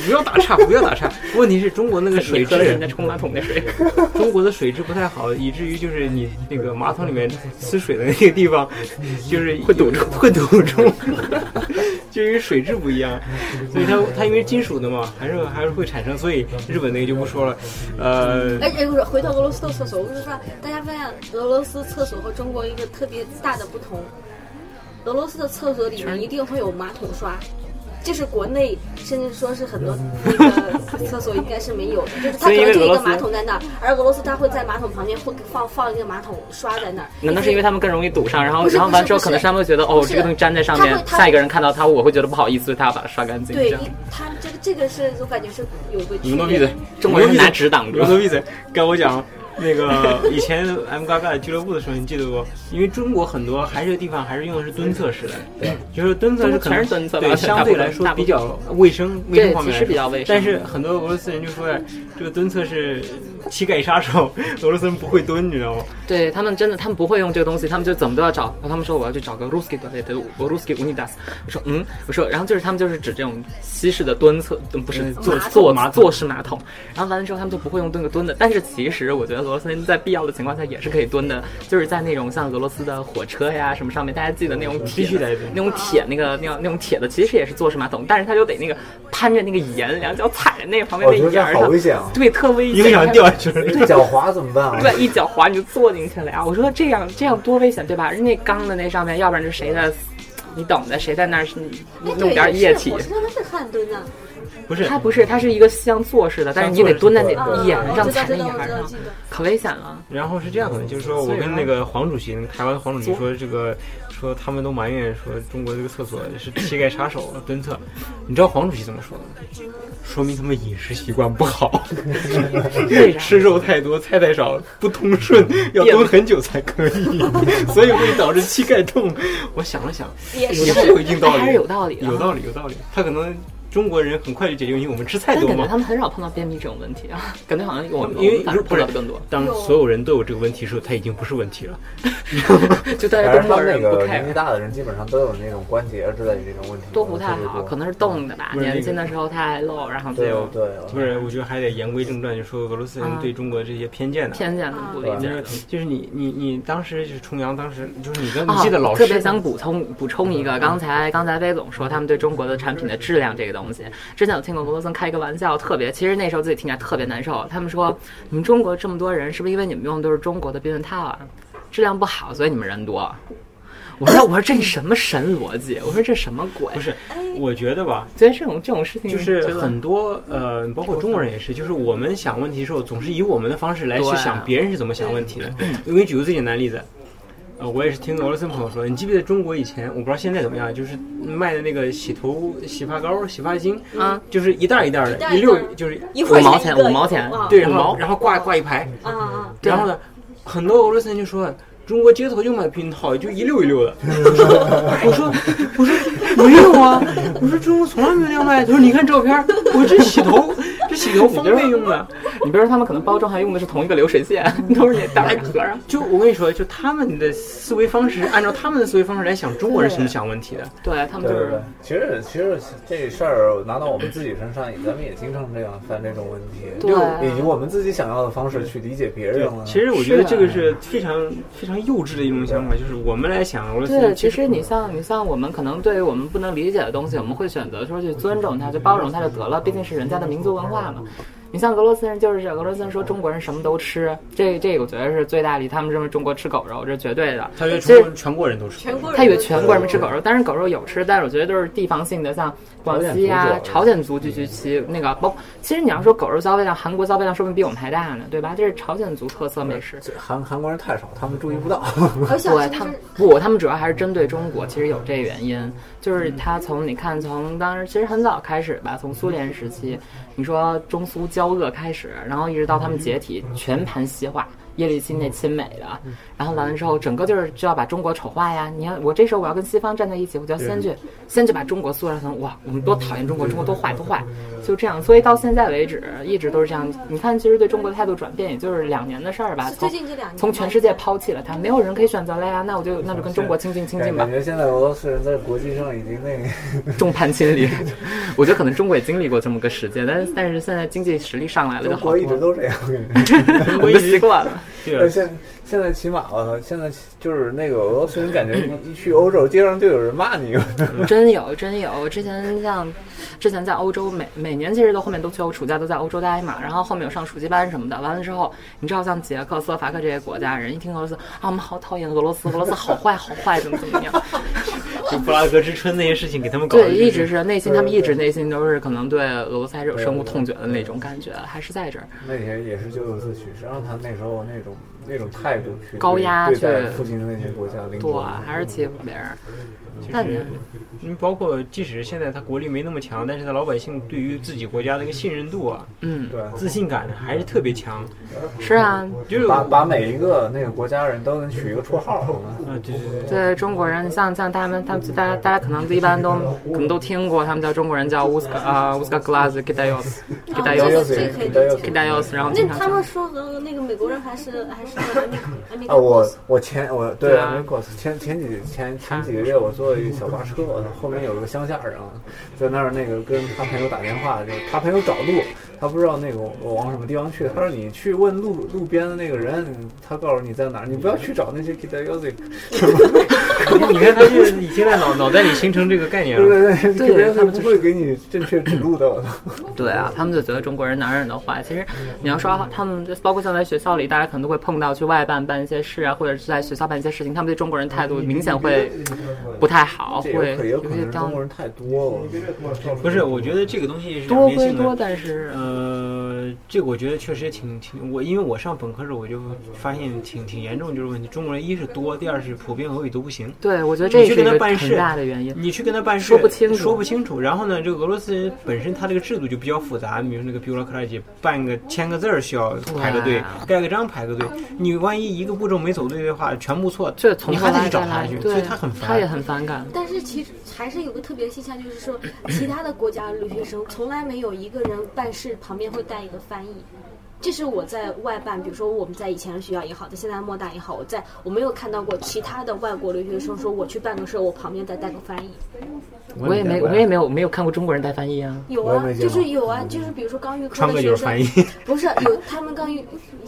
A: 不要打岔，不要打岔。问题是中国那个水
C: 你喝了人家
A: 质，
C: 冲马桶的水，
A: 中国的水质不太好，以至于就是你那个马桶里面呲水的那个地方，就是会堵住，会堵住，就因为水质不一样，所以它它因为金属的嘛，还是还是会产生，所以日本那个就不说了，呃。
B: 哎哎，不是，回到俄罗斯的厕所，我跟你说，大家发现俄罗斯厕所和中国一个特别大的不同，俄罗斯的厕所里面一定会有马桶刷。这是国内，甚至说是很多那个厕所应该是没有的，就是它
C: 嗯所
B: 可
C: 以因
B: 能
C: 为
B: 就
C: 俄
B: 一
C: 罗
B: 个
C: 斯
B: 马桶在那儿，而俄罗斯它会在马桶旁边会放放一个马桶刷在那儿。
C: 难道是因为他们更容易堵上？然后，
B: 不是
C: 然后完之后，
B: 不是
C: 可能是他们会觉得，哦，
B: 不是
C: 这个东西粘在上
B: 他
C: 面
B: 会，他会
C: 下一个人看到它，我会觉得不好意思，所以他要把它刷干净。
B: 对，
C: 这
B: 一
C: 样
B: 它这个这个是我感觉是有个
A: 你
B: 区
A: 们都闭
B: 别
A: 嘴
B: 的。！
C: 中国人是拿纸挡住
A: 你们都闭嘴！跟我讲，那个以前 M 嘎嘎俱乐部的时候，你记得不？因为中国很多还是地方还是用的是蹲厕时代，就是蹲厕是可能
C: 全是蹲厕吧
A: 对，相对来说比较卫生，卫生方面来说
C: 对其实比较卫生
A: 但是很多俄罗斯人就说这个蹲厕是膝盖杀手，俄罗斯人不会蹲，你知道吗？
C: 对他们真的，他们不会用这个东西，他们就怎么都要找。然后他们说我要去找个 ruski toilet，我 ruski unidas。我说嗯，我说，然后就是他们就是指这种西式的蹲厕，嗯不是
A: 嗯
C: 坐
A: 马桶
C: 坐
A: 马桶
C: 坐式马桶。然后完了之后，他们就不会用蹲个蹲的。但是其实我觉得俄罗斯人在必要的情况下也是可以蹲的，就是在那种像俄罗斯的火车呀什么上面，大家记得那种铁
A: 必须得
C: 的那种铁那个那样那种铁的，其实也是坐式马桶，但是他就得那个攀着那个沿，两脚踩着那个旁边
D: 我
C: 那
D: 觉得
C: 沿
D: 这
C: 儿
D: 好危
C: 上，
D: 险啊！
C: 对，特危
A: 一
C: 险，
A: 个想掉下去了。
D: 这脚滑怎么办啊？
C: 对，一脚滑你就坐进去了呀！我说这样这样多危险，对吧？那钢的那上面，要不然是谁的，你懂的，谁在那儿是
B: 哎，
C: 弄
B: 对，
C: 点
B: 也
C: 液
B: 是，
C: 体
B: 我，身上都是汗蹲呢。
A: 不是
C: 它不是，它是一个像坐式的，嗯但是你得蹲在那眼
B: 嗯
C: 上踩在眼上，可危险了。
A: 然后是这
C: 嗯
A: 样的，就是说我跟那个黄主席，那个台湾黄主席说这个，说他们都埋怨说中国这个厕所是膝盖杀手蹲厕，你知道黄主席怎么说的吗？说明他们饮食习惯不 好，吃肉太多，菜太少，不通顺，
C: 嗯
A: 要蹲很久才可以， 所以会导致膝盖痛。我想了想，
C: 也
A: 是
C: 是
A: 有一定道理，
C: 还是有道理啊的
A: 有道理，有道理。他可能中国人很快就解决，因为我们吃菜
C: 但
A: 多
C: 感觉
A: 嘛。
C: 他们很少碰到便秘这种问题 啊，感觉好像我们
A: 因为
C: 反而
A: 不
C: 碰
A: 是
C: 到的更多。
A: 当所有人都有这个问题的时候，它已经不是问题了。
C: 就大家
D: 还
C: 都
D: 是
C: 默
D: 他
C: 认
D: 那
C: 不
D: 个
C: care
D: 年纪大的人基本上都有那种关节之类的这种问题，
C: 都不太
D: 特别
C: 好，
D: 多
C: 可能是冻的吧。
A: 不是那个
C: 年轻的时候太露，然后就
A: 对
D: 对
A: 不是，我觉得还得言归正传，就说俄罗斯人
C: 啊
A: 对中国这些偏见呢、
C: 偏见跟不理解
A: 就是就是你你你当时就是重阳，当时就是你跟你
C: 啊
A: 记得老师嗯
C: 特别想补充补充一个，刚才刚才威总说他们对中国的产品的质量这个东西，之前有听过罗森开一个玩笑，特别其实那时候自己听起来特别难受。他们说你们中国这么多人，是不是因为你们用的都是中国的避孕套啊？质量不好，所以你们人多。我说我说这什么神逻辑？我说这什么鬼？不
A: 是，我觉得吧，
C: 觉得这种这种事情
A: 就是
C: 嗯觉得
A: 很多呃，包括中国人也是，就是我们想问题的时候，总是以我们的方式来去
C: 对
A: 想别人是怎么想问题的。我给你举个最简单的例子，呃，我也是听俄罗斯朋友说，你记不记得中国以前，我不知道现在怎么样，就是卖的那个洗头、洗发膏、洗发精，
C: 啊，
A: 就是一袋儿一袋儿
B: 一袋
A: 的，
B: 儿
A: 一
B: 一
A: 溜
B: 袋儿
A: 就是
B: 一块钱
C: 五毛钱
B: 一个
C: 五毛钱
B: 哇
A: 对，
C: 五
A: 然
C: 毛
A: 后然后挂挂一排，
B: 啊啊！
A: 然后呢，很多俄罗斯人就说。中国街头就卖避孕套，就一溜一溜 的。我说，我说没有啊，我说中国从来没有那样卖。他说你看照片儿，我这洗 头，这洗头方便用啊的。
C: 你比如说他们可能包装还用的是同一个流水线，
A: 嗯
C: 都是那袋儿盒儿。
A: 就我跟你说，就他们的思维方式，按照他们的思维方式来想中国人是怎么想问题的。
C: 对他们
D: 对
C: 就是
D: 对对，其实其实这事儿拿到我们自己身上，也咱们也经常这样犯这种问题，
C: 对啊
D: 就以我们自己想要的方式去理解别人了。
A: 其实我觉得这个是非常非常幼稚的一种想法，就是我们来想俄罗斯人。
C: 对，其实你像你像我们可能对于我们不能理解的东西，我们会选择说去尊重它，去包容它就得了，毕竟是人家的民族文化嘛。你像俄罗斯人就是俄罗斯人说中国人什么都吃，这这个我觉得是最大的，他们认为中国吃狗肉这是绝对的。
A: 他觉得
C: 其
A: 中
C: 实
A: 国人全国人都吃。
B: 全国人
C: 他以为全国人民吃狗肉，但是狗肉有吃，但是我觉得都是地方性的，像广西啊、朝鲜族聚居区那个包。其实你要说狗肉消费量，韩国消费量说不定比我们还大呢，对吧？这是朝鲜族特色美食。
D: 这韩韩国人太少，他们注意不到。
B: 我想
C: 对
B: 是不
C: 他们
B: 是
C: 不，他们主要还是针对中国，其实有这个原因，
B: 嗯
C: 就是他从你看从当时其实很早开始吧，从苏联时期，你说中苏交恶开始，然后一直到他们解体，全盘西化。叶利钦那亲美的，
B: 嗯
C: 然后完了之后，整个就是就要把中国丑化呀！你看我这时候我要跟西方站在一起，我就要先去先去把中国塑造成哇，我们多讨厌中国，中国多坏多坏，就这样。所以到现在为止，一直都是这样。你看，其实对中国的态度转变，也就是两年的事儿吧。
B: 是
C: 从
B: 最近这两年
C: 从
B: 吗
C: 全世界抛弃了它，没有人可以选择了呀。那我就那就跟中国亲近亲近吧
D: 感，觉现在俄罗斯人在国际上已经 那个，
C: 众叛亲离。我觉得可能中国也经历过这么个时间，但是但是现在经济实力上来了，就
D: 中
C: 好
D: 国一直
C: 多。
D: 都这样。
C: 我们习惯了，
A: 对啊
D: 现现在起码了，现在就是那个俄罗斯人感觉一去欧洲，街上就有人骂你。
C: 真有真有。之前像之前在欧洲，每每年其实都后面都去欧暑假都在欧洲待嘛，然后后面有上暑期班什么的。完了之后，你知道像捷克、斯洛伐克这些国家人一听俄罗斯啊，我们好讨厌俄罗斯，俄罗斯好坏好坏，怎么怎么样。
A: 就布拉格之春那些事情给他们搞的、
C: 对，一直是内心，他们一直
D: 对
C: 内心都是可能对俄罗斯还是有深恶痛绝的那种感觉，还是在这儿。
D: 那天也是咎由自取，谁让他那时候那种那种态度去
C: 高压
D: 对待
C: 去
D: 附近的那些国家领
C: 对
D: 土，，
C: 啊还是欺负别人。
A: 就
C: 那你
A: 是，因为包括即使现在他国力没那么强，但是他老百姓对于自己国家的一个信任度啊、
C: 嗯，
D: 对，
A: 自信感还是特别强。
C: 是啊，
A: 就是
D: 把把每一个那个国家人都能取一个绰号。
A: 啊，对对对，
C: 对中国人，像像他们，他们大家大家可能一般都可能都听过，他们叫中国人叫乌斯卡啊乌斯卡克拉斯 g i d a y o s g i d a y
B: 这
C: o
B: 个
C: s
B: 这个可以
D: Gidayos
B: 理
C: g i
B: 解。
C: d a y o s 然后经
B: 那他
C: 常
B: 们说和那个美国人还是还是那个
D: 啊，我我前我对
C: 对啊
D: 没过前前几前前几个月我坐一小巴车，后面有个乡下人啊，在那儿那个跟他朋友打电话，就是他朋友找路，
E: 他不知道那个我我往什么地方去，他说你去问路路边的那个人，他告诉你在哪儿，你不要去找那些 k i t a y o z i
A: 你看他是已经在脑脑袋里形成这个概念 了。
E: 对对
C: 对
E: 对，
C: 他
E: 他
C: 们
E: 不会给你正确指路的。
C: 对啊，他们就觉得中国人哪儿哪儿都坏。其实你要说他们，就包括像在学校里，大家可能都会碰到去外办办一些事啊，或者是在学校办一些事情，他们对中国人态度明显会
A: 嗯
C: 不太好，
E: 这
C: 会
E: 也有可也有
C: 有
E: 可
C: 些
E: 能中
C: 当
E: 国人太多了。
A: 不是，我觉得这个东西是
C: 多
A: 两面
C: 归
A: 性的。
C: 多，但是
A: 呃，这个我觉得确实也挺挺我，因为我上本科时候我就发现挺挺严重，就是问题中国人一是多，第二是普遍俄语都不行。
C: 对我觉得这
A: 你
C: 是
A: 去
C: 一
A: 跟他
C: 个
A: 办
C: 很
A: 事
C: 大的原因。
A: 你去跟他办事
C: 说不清楚
A: 说不清楚。然后呢，这个俄罗斯人本身他这个制度就比较复杂，比如那个 bureaucracy，办个签个字儿需要排个队
C: 对啊，
A: 盖个章排个队。你万一一个步骤没走对的话，全部错，
C: 这从
A: 你
C: 头
A: 还得
C: 拉
A: 去
C: 再
A: 找他
C: 来，
A: 去，所
C: 对
A: 以他很，烦。
C: 他也很反感。
B: 但是其实还是有个特别现象，就是说其他的国家留学生从来没有一个人办事旁边会带一个翻译。这是我在外办，比如说我们在以前的学校也好，在现在莫大也好，我在我没有看到过其他的外国留学生说我去办个事，我旁边再带个翻译。
C: 我也没，我也没有没有看过中国人带翻译啊。
B: 有
E: 我也
B: 啊
E: 没，见
B: 就
E: 过
B: 是有啊，就是比如说刚预科
A: 川
B: 的
A: 哥
B: 学
A: 就是
B: 生
A: 翻译，
B: 不是有他们刚预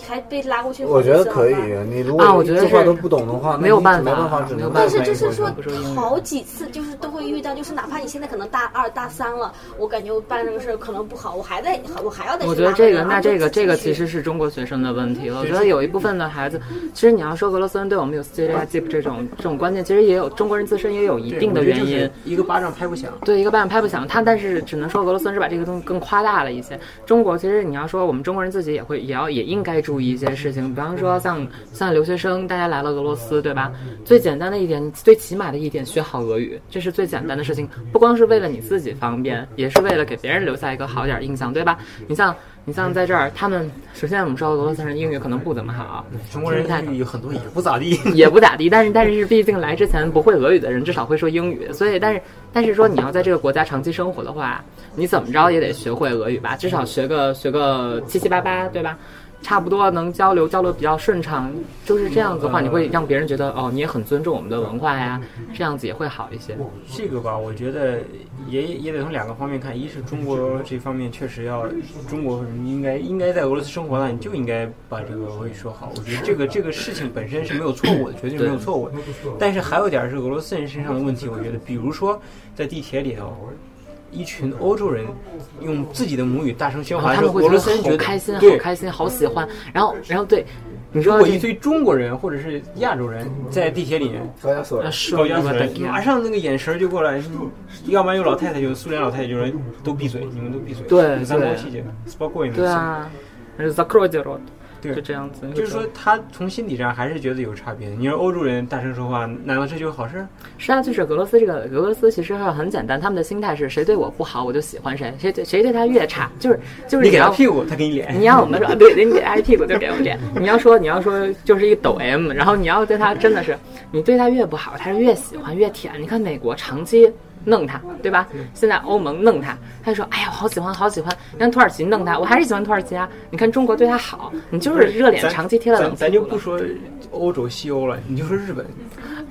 B: 还被拉过去。
E: 我觉得可以，你如果
C: 啊我觉得
E: 这话
C: 是
E: 都不懂的话，那
C: 没有
E: 你
C: 办
E: 没
C: 法
E: 办法，只
C: 没有
E: 能
C: 办
B: 但
C: 法
B: 是
E: 翻译
B: 就是
E: 过去
B: 说
C: 不说英语
B: 好几次，就是都会遇到，就是哪怕你现在可能大二大三了，我感觉我办这个事儿可能不好，我还在，我还要再去
C: 我觉得
B: 拉
C: 这
B: 人
C: 个，
B: 啊
C: 那
B: 我
C: 这个，
B: 自己
C: 这个
B: 去
C: 其实是中国学生的问题了。我觉得有一部分的孩子，其实你要说俄罗斯人对我们有 stereotype 这种这种观念，其实也有中国人自身也有一定的原因。，
A: 一个巴掌拍不响。
C: 对一个巴掌拍不响，他但是只能说俄罗斯人是把这个东西更夸大了一些。中国其实你要说我们中国人自己也会也要也应该注意一些事情，比方
A: 嗯
C: 说像像留学生，大家来了俄罗斯，对吧？最简单的一点，最起码的一点，学好俄语，这是最简单的事情，不光是为了你自己方便，也是为了给别人留下一个好点儿印象，对吧？你像你像在这儿，他们首先我们说俄罗斯人英语可能不怎么好，
A: 中国人
C: 太
A: 英语有很多也不咋地。
C: 也不咋地，但是但是毕竟来之前不会俄语的人至少会说英语，所以但是但是说你要在这个国家长期生活的话，你怎么着也得学会俄语吧，至少学个学个七七八八，对吧？差不多能交流交流比较顺畅，就是这样子的话，你会让别人觉得哦，你也很尊重我们的文化呀，这样子也会好一些。
A: 这个吧，我觉得也也得从两个方面看，一是中国这方面确实要，中国人应该应该在俄罗斯生活了，你就应该把这个俄语说好。我觉得这个这个事情本身是没有错误的，绝对没有错误的。但是还有一点是俄罗斯人身上的问题，我觉得，比如说在地铁里头。一群欧洲人用自己的母语大声喧
C: 然
A: 哗
C: 后，他
A: 说
C: 们会
A: 俄
C: 觉
A: 罗
C: 得
A: 斯人觉
C: 好
A: 得
C: 开心，好
A: 对
C: 开心，好喜欢。然后然后对，你
A: 如
C: 说
A: 果
C: 这
A: 一堆中国人或者是亚洲人在地铁里面，
E: 高加
C: 啊
E: 索人
A: 呃高加索人马上那个眼神儿就过来，要不然有老太太，有苏联老太太，有人都闭嘴，你们都闭嘴，
C: 对
A: 咱
C: 对
A: 国细节，包括
C: 对啊，那就 закройте рот，
A: 对
C: 就这样子。
A: 就是说，他从心底上还是觉得有差别。你说欧洲人大声说话，难道这就是好事？
C: 实际上就是俄罗斯这个俄罗斯其实很简单，他们的心态是谁对我不好我就喜欢谁，谁对谁对他越差，就是就是
A: 你给他
C: 要
A: 屁股，他给你脸。
C: 你要我们说对，你给挨屁股就给我脸。你要说你要说就是一抖 M，然后你要对他真的是，你对他越不好，他是越喜欢越舔。你看美国长期弄他，对吧？
A: 嗯
C: 现在欧盟弄他，他说哎呀我好喜欢好喜欢。你看土耳其弄他，我还是喜欢土耳其啊。你看中国对他好，你就是热脸
A: 咱
C: 长期贴在
A: 咱
C: 冷屁
A: 咱就
C: 股
A: 不
C: 了
A: 说欧洲西欧了，你就说日本。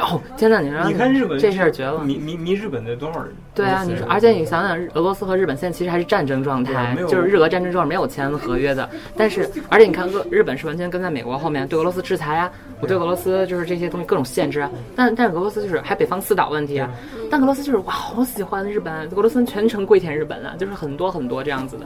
C: 哦，天呐，你说
A: 你看日本
C: 这事儿绝了。
A: 迷迷迷日本的多少人？
C: 对啊，你说，而且你想想，俄罗斯和日本现在其实还是战争状态
A: 没，有
C: 就是日俄战争状态没有签合约的。但是，而且你看，俄日本是完全跟在美国后面，对俄罗斯制裁啊，我对俄罗斯就是这些东西各种限制啊。但但是俄罗斯就是还北方四岛问题啊，但俄罗斯就是哇，好喜欢日本，俄罗斯全程跪舔日本啊，就是很多很多这样子的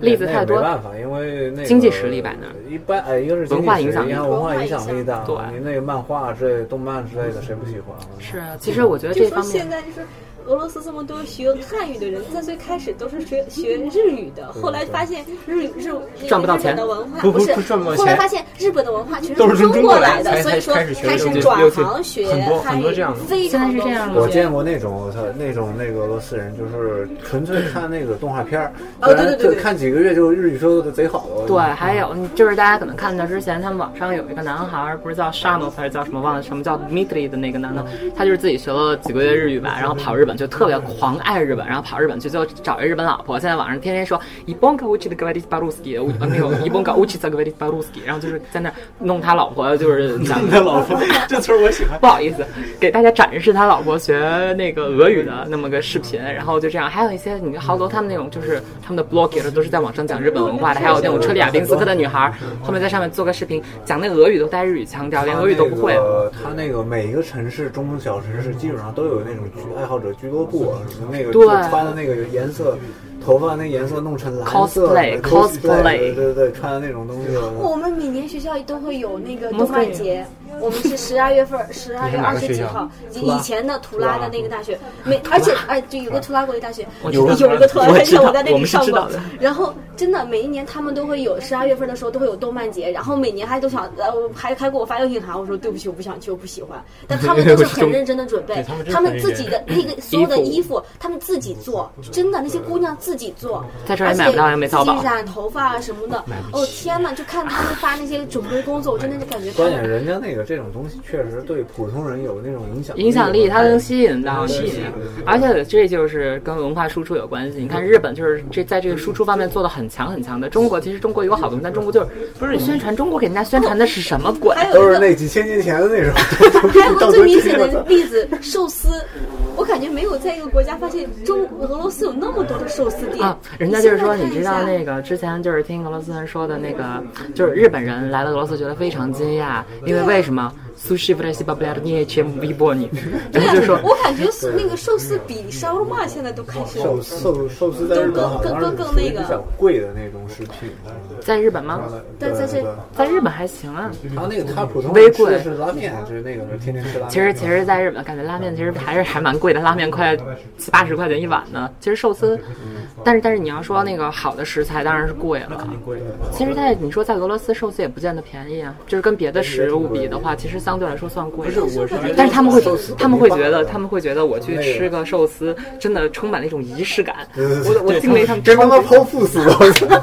C: 例子
E: 那也
C: 太多
E: 没。办法，因为那个
C: 经济实力摆那儿
E: 一般呃，一个是经济
C: 文化
E: 实力
C: 影响力
E: 一个文化影响力大。
C: 文化影响力
E: 你那个漫画之类、动漫之类的，谁不喜欢啊？
C: 是啊，其实我觉得这
B: 就
C: 方
B: 说
C: 面
B: 现在就是俄罗斯这么多学汉语的人，在最开始都是学学日语的，后来发现日语日那个
C: 赚不到
B: 日本
C: 钱
B: 的文化
A: 不不
B: 是
A: 不赚不到
B: 后来
A: 钱
B: 发现日本的文化全
A: 都是从
B: 从中
A: 中国
B: 来
A: 来才
B: 的，所以
A: 才
B: 说
A: 开始学
B: 开
A: 这个东西
B: 始转
A: 尤其
B: 行学
A: 很多很
B: 汉
A: 多
B: 语
A: 这样的，
B: 非
C: 现在
B: 常多
C: 是这样的
E: 我
C: 对
E: 见过那种，我操，那种那个俄罗斯人就是纯粹看那个动画片儿，
B: 哦对
E: 然后
B: 对对对
E: 就看几个月就日语说的贼好了。
C: 对，
D: 嗯
C: 还有就是大家可能看到之前，他们网上有一个男孩儿，不是叫沙诺还是叫什么忘了，什么叫 Mitri 的那个男的，他就是自己学了几个月日语吧，然后跑日本本，就特别狂爱日本，然后跑日本去，最后找一日本老婆，现在网上天天说伊本卡乌奇的格瓦迪巴鲁斯基，没有伊本卡乌奇的格瓦迪巴鲁斯基，然后就是在那儿弄他老 婆，就是讲
A: 他老婆，这词儿我喜欢。
C: 不好意思，给大家展示他老婆学那个俄语的那么个视频，然后就这样，还有一些你好多他们那种就是他们的 blogger 都是在网上讲日本文化的，还有那种车里亚宾斯克的女孩，后面在上面做个视频讲那个俄语都带日语腔调，连俄语都不会。啊
D: 他那个每一个城市，中国小城市基本上都有那种俱爱好者俱乐部啊，什么那个
C: 对
D: 就穿的那个颜色，头发那颜色弄成蓝色
C: Cosplay，
D: 对对
C: cosplay
D: 对对对，穿的那种东西。
B: 我们每年学校都会有那个动漫节，我们是十二月份，十二月二十几号，
D: 你是哪个学校
B: 以前的图拉的那个大学，每而且哎，就有个图拉国立大学，
C: 我知
B: 有
C: 道
B: 一个图拉
C: 我
B: 大
C: 知
B: 学，
C: 道
B: 我在那
C: 我
B: 里
C: 们是
B: 上
C: 知
B: 过
C: 道的。
B: 然后真的每一年他们都会有十二月份的时候都会有动漫节，然后每年还都想呃还还给我发邀请函，我说对不起我不想去我不喜欢，但他们都是很认真的 准备
A: 对他们，真的
B: 他
A: 很
B: 们
A: 认
B: 自
A: 真
B: 己的那个所有的
C: 衣
B: 衣服他们自己做，真的那些姑娘自己做，
C: 嗯在这儿也买不到
B: 而且
C: 也没淘宝
B: 自己染头发啊什么的，哦天呐，就看他们发那些准备工作，我真的是感觉他
D: 关键
B: 们。
D: 人家那个这种东西确实对普通人有那种影响
C: 影响力，它能吸引到
D: 对
C: 吸引
D: 对，
C: 而且这就是跟文化输出有关系。你看日本就是这在这个输出方面做的很强很强的，中国其实中国有好东西，但中国就是不是宣传中国给人家宣传的是什么鬼？啊
B: 还有一
D: 都是
B: 个，
D: 那几千年前 的那种。
B: 还有个最明显的例子，寿司。我感觉没有在一个国家发现中俄罗斯有那么多的寿司店
C: 啊，人家就是说，
B: 现在
C: 你
B: 看一
C: 知道
B: 下
C: 那个之前就是听俄罗斯人说的那个，就是日本人来了俄罗斯觉得非常惊讶，因为为什么？sushi в России популярнее, чем в Японии，然后就说
B: 对，我感觉那个寿司比烧肉嘛现在都开始
D: 寿寿寿司在日本好像是属于比较贵的那种食品，
C: 在日本吗？
B: 但在这
C: 在日本还行啊。
D: 他那个他普通
C: 微
D: 人
C: 贵
D: 吃的是拉面，就是那个天天吃拉面。
C: 其实其实，在日本感觉拉面其实还是还蛮贵的，拉面快七八十块钱一碗呢。其实寿司，但是但是你要说那个好的食材当然是贵了。其实在，你说在俄罗斯寿司也不见得便宜啊，就是跟别的食物比的话，其实相对来说算贵的。但是他们会他们会觉
D: 啊
C: 得他们会觉得我去吃个寿司，真的充满了一种仪式 感。我我敬畏他们
D: 真他妈
C: 超级
D: 剖腹死我！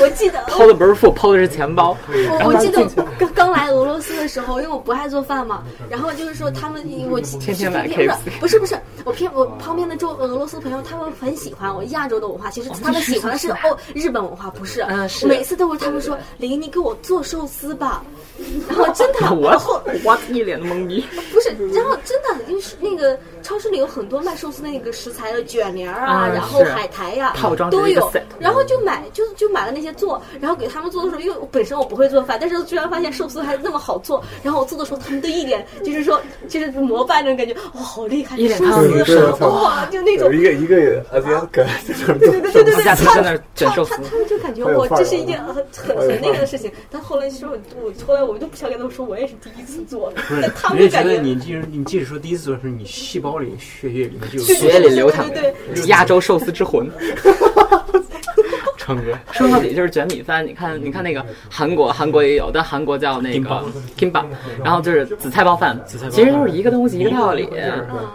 B: 我记得
C: 抛的不是腹，抛的是钱包。然
B: 我
C: 后
B: 我记
C: 进
B: 得
C: 去
B: 刚刚来俄罗斯的时候，因为我不爱做饭嘛，然后就是说他们我
C: 天天买
B: 偏
C: KFC
B: 不是不是我偏我旁边的周俄罗斯朋友他们很喜欢我亚洲的文化，其实他们喜欢的是哦日本文化，不是，
C: 嗯是
B: 每次都是他们说林你给我做寿司吧， 然后 真的然
C: 我
B: 后
C: 我一脸的懵逼。
B: 不是，然后真的就是那个超市里有很多卖寿司那个食材的卷帘儿啊，
C: 啊
B: 然后
C: 是
B: 海苔呀、
C: 套装
B: 都
C: 成一个
B: 有
C: set，
B: 然后就买就就买了那些做，然后给他们做的时候，因为我本身我不会做饭，但是居然发现寿司还那么好做，然后我做的时候他们都一脸就是说就是膜拜那种感觉，哇、好厉害，
C: 一脸
B: 寿
C: 看到
B: 司
C: 女
D: 生
B: 哇，就那种
D: 有。一个一个阿边搁在这儿
C: 啊
B: 对对对对对，
C: 下
B: 他
C: 次在那儿卷寿司
B: 他他他们就感觉
D: 很有
B: 我
D: 范
B: 这
D: 儿
B: 是一
D: 啊
B: 件很很
D: 很有
B: 很那
D: 范
B: 个
D: 儿
B: 的事情，但后来说我后来我都不想跟他们说我也是第一次做的，但他们
A: 人
B: 就
A: 家
B: 感
A: 觉
B: 觉
A: 得你即使你即使说第一次做是你细胞里血液里面就有
B: 对对
C: 血液里流淌
B: 对对对
C: 亚洲寿司之魂。
A: 成哥，
C: 说到底就是卷米饭，你看，你看那个韩国，韩国也有，但韩国叫那个 kimbap，然后嗯就是紫菜包饭，
A: 菜包饭
C: 其实都是一个东西，一个道理。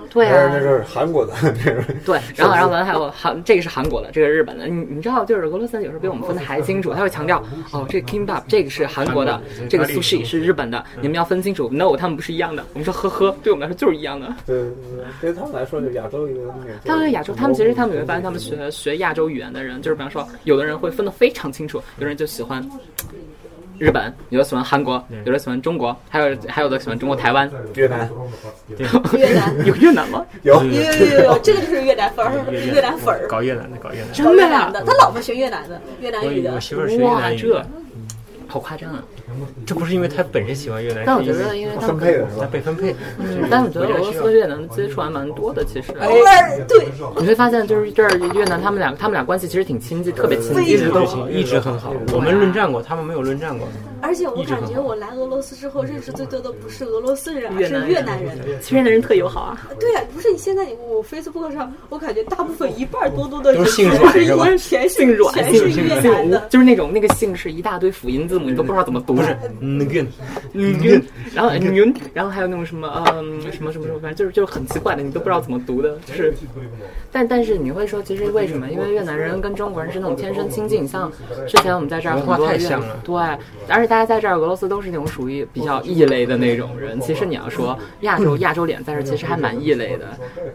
C: 对啊，
D: 那是那是韩国的，那是
C: 对。然后，然后咱还有韩，这个是韩国的，这个是日本的。你你知道，就是俄罗斯人有时候比我们分的还清楚，他会强调哦，这个 kimbap 这个是韩国的，这个 sushi 是日本的，你们要分清楚。No，他们不是一样的。我们说呵呵，对我们来说就是一样的。
D: 对对对，对他们来说就亚洲一个那个。
C: 他们亚洲，他们其实他们你会发现，他们学学亚洲语言的人，就是比方说，有的人会分得非常清楚，有人就喜欢日本，有的喜欢韩国，
A: 嗯
C: 有的喜欢中国，还有还有的喜欢中国台湾，
D: 越南
B: 越南
C: 有越南吗？
D: 有
B: 有有有有，这个就是越南粉儿，越南粉儿，
A: 搞越南的，搞越南的。
B: 搞越南的，他老婆学越南的，越南语
A: 我
B: 的
A: 我。媳妇儿学越
C: 哇，
A: 南语
C: 这
A: 的，
C: 好夸张啊！
A: 这不是因为她本身喜欢越南，
C: 但我
A: 是
C: 觉
A: 因为
C: 得，因为他
D: 分
C: 们，
D: 配的是
A: 她
D: 吧？
A: 被分配。
C: 嗯但我觉得俄罗斯和越南的接触还蛮多的，其实。
A: 哎
B: 偶尔对，
C: 你会发现，就是这儿越南他们俩，他们俩关系其实挺亲近，特别亲近，
A: 一直都行，一直很好。我们论战过，他们没有论战过。
B: 而且我感觉我来俄罗斯之后，认识最多的不是俄罗斯人，而是越南人。
C: 其实越南人特友好啊。
B: 对呀，不是你现在我 Facebook 上，我感觉大部分一半多多的人
A: 都是性
B: 全
A: 软
B: 是
A: 是吧
B: 全全
C: 姓
B: 是
C: 阮，
B: 全
C: 姓
B: 是
C: 姓
B: 越南
C: 吴
B: 的，。
C: 就是那种那个姓是一大堆辅音字母，你都不知道怎么读。不是，
A: 那个
C: 嗯，然后嗯，然后还有那种什么嗯什么什么什么，反正就是就是很奇怪的，你都不知道怎么读的，就是。但但是你会说，其实为什么？因为越南人跟中国人是那种天生亲近，像之前我们在这儿很
A: 文
C: 多
A: 化太
C: 越
A: 像了啊
C: 对，而且大大家在这儿，俄罗斯都是那种属于比较异类的那种人。其实你要说亚洲亚洲脸在这儿，其实还蛮异类的，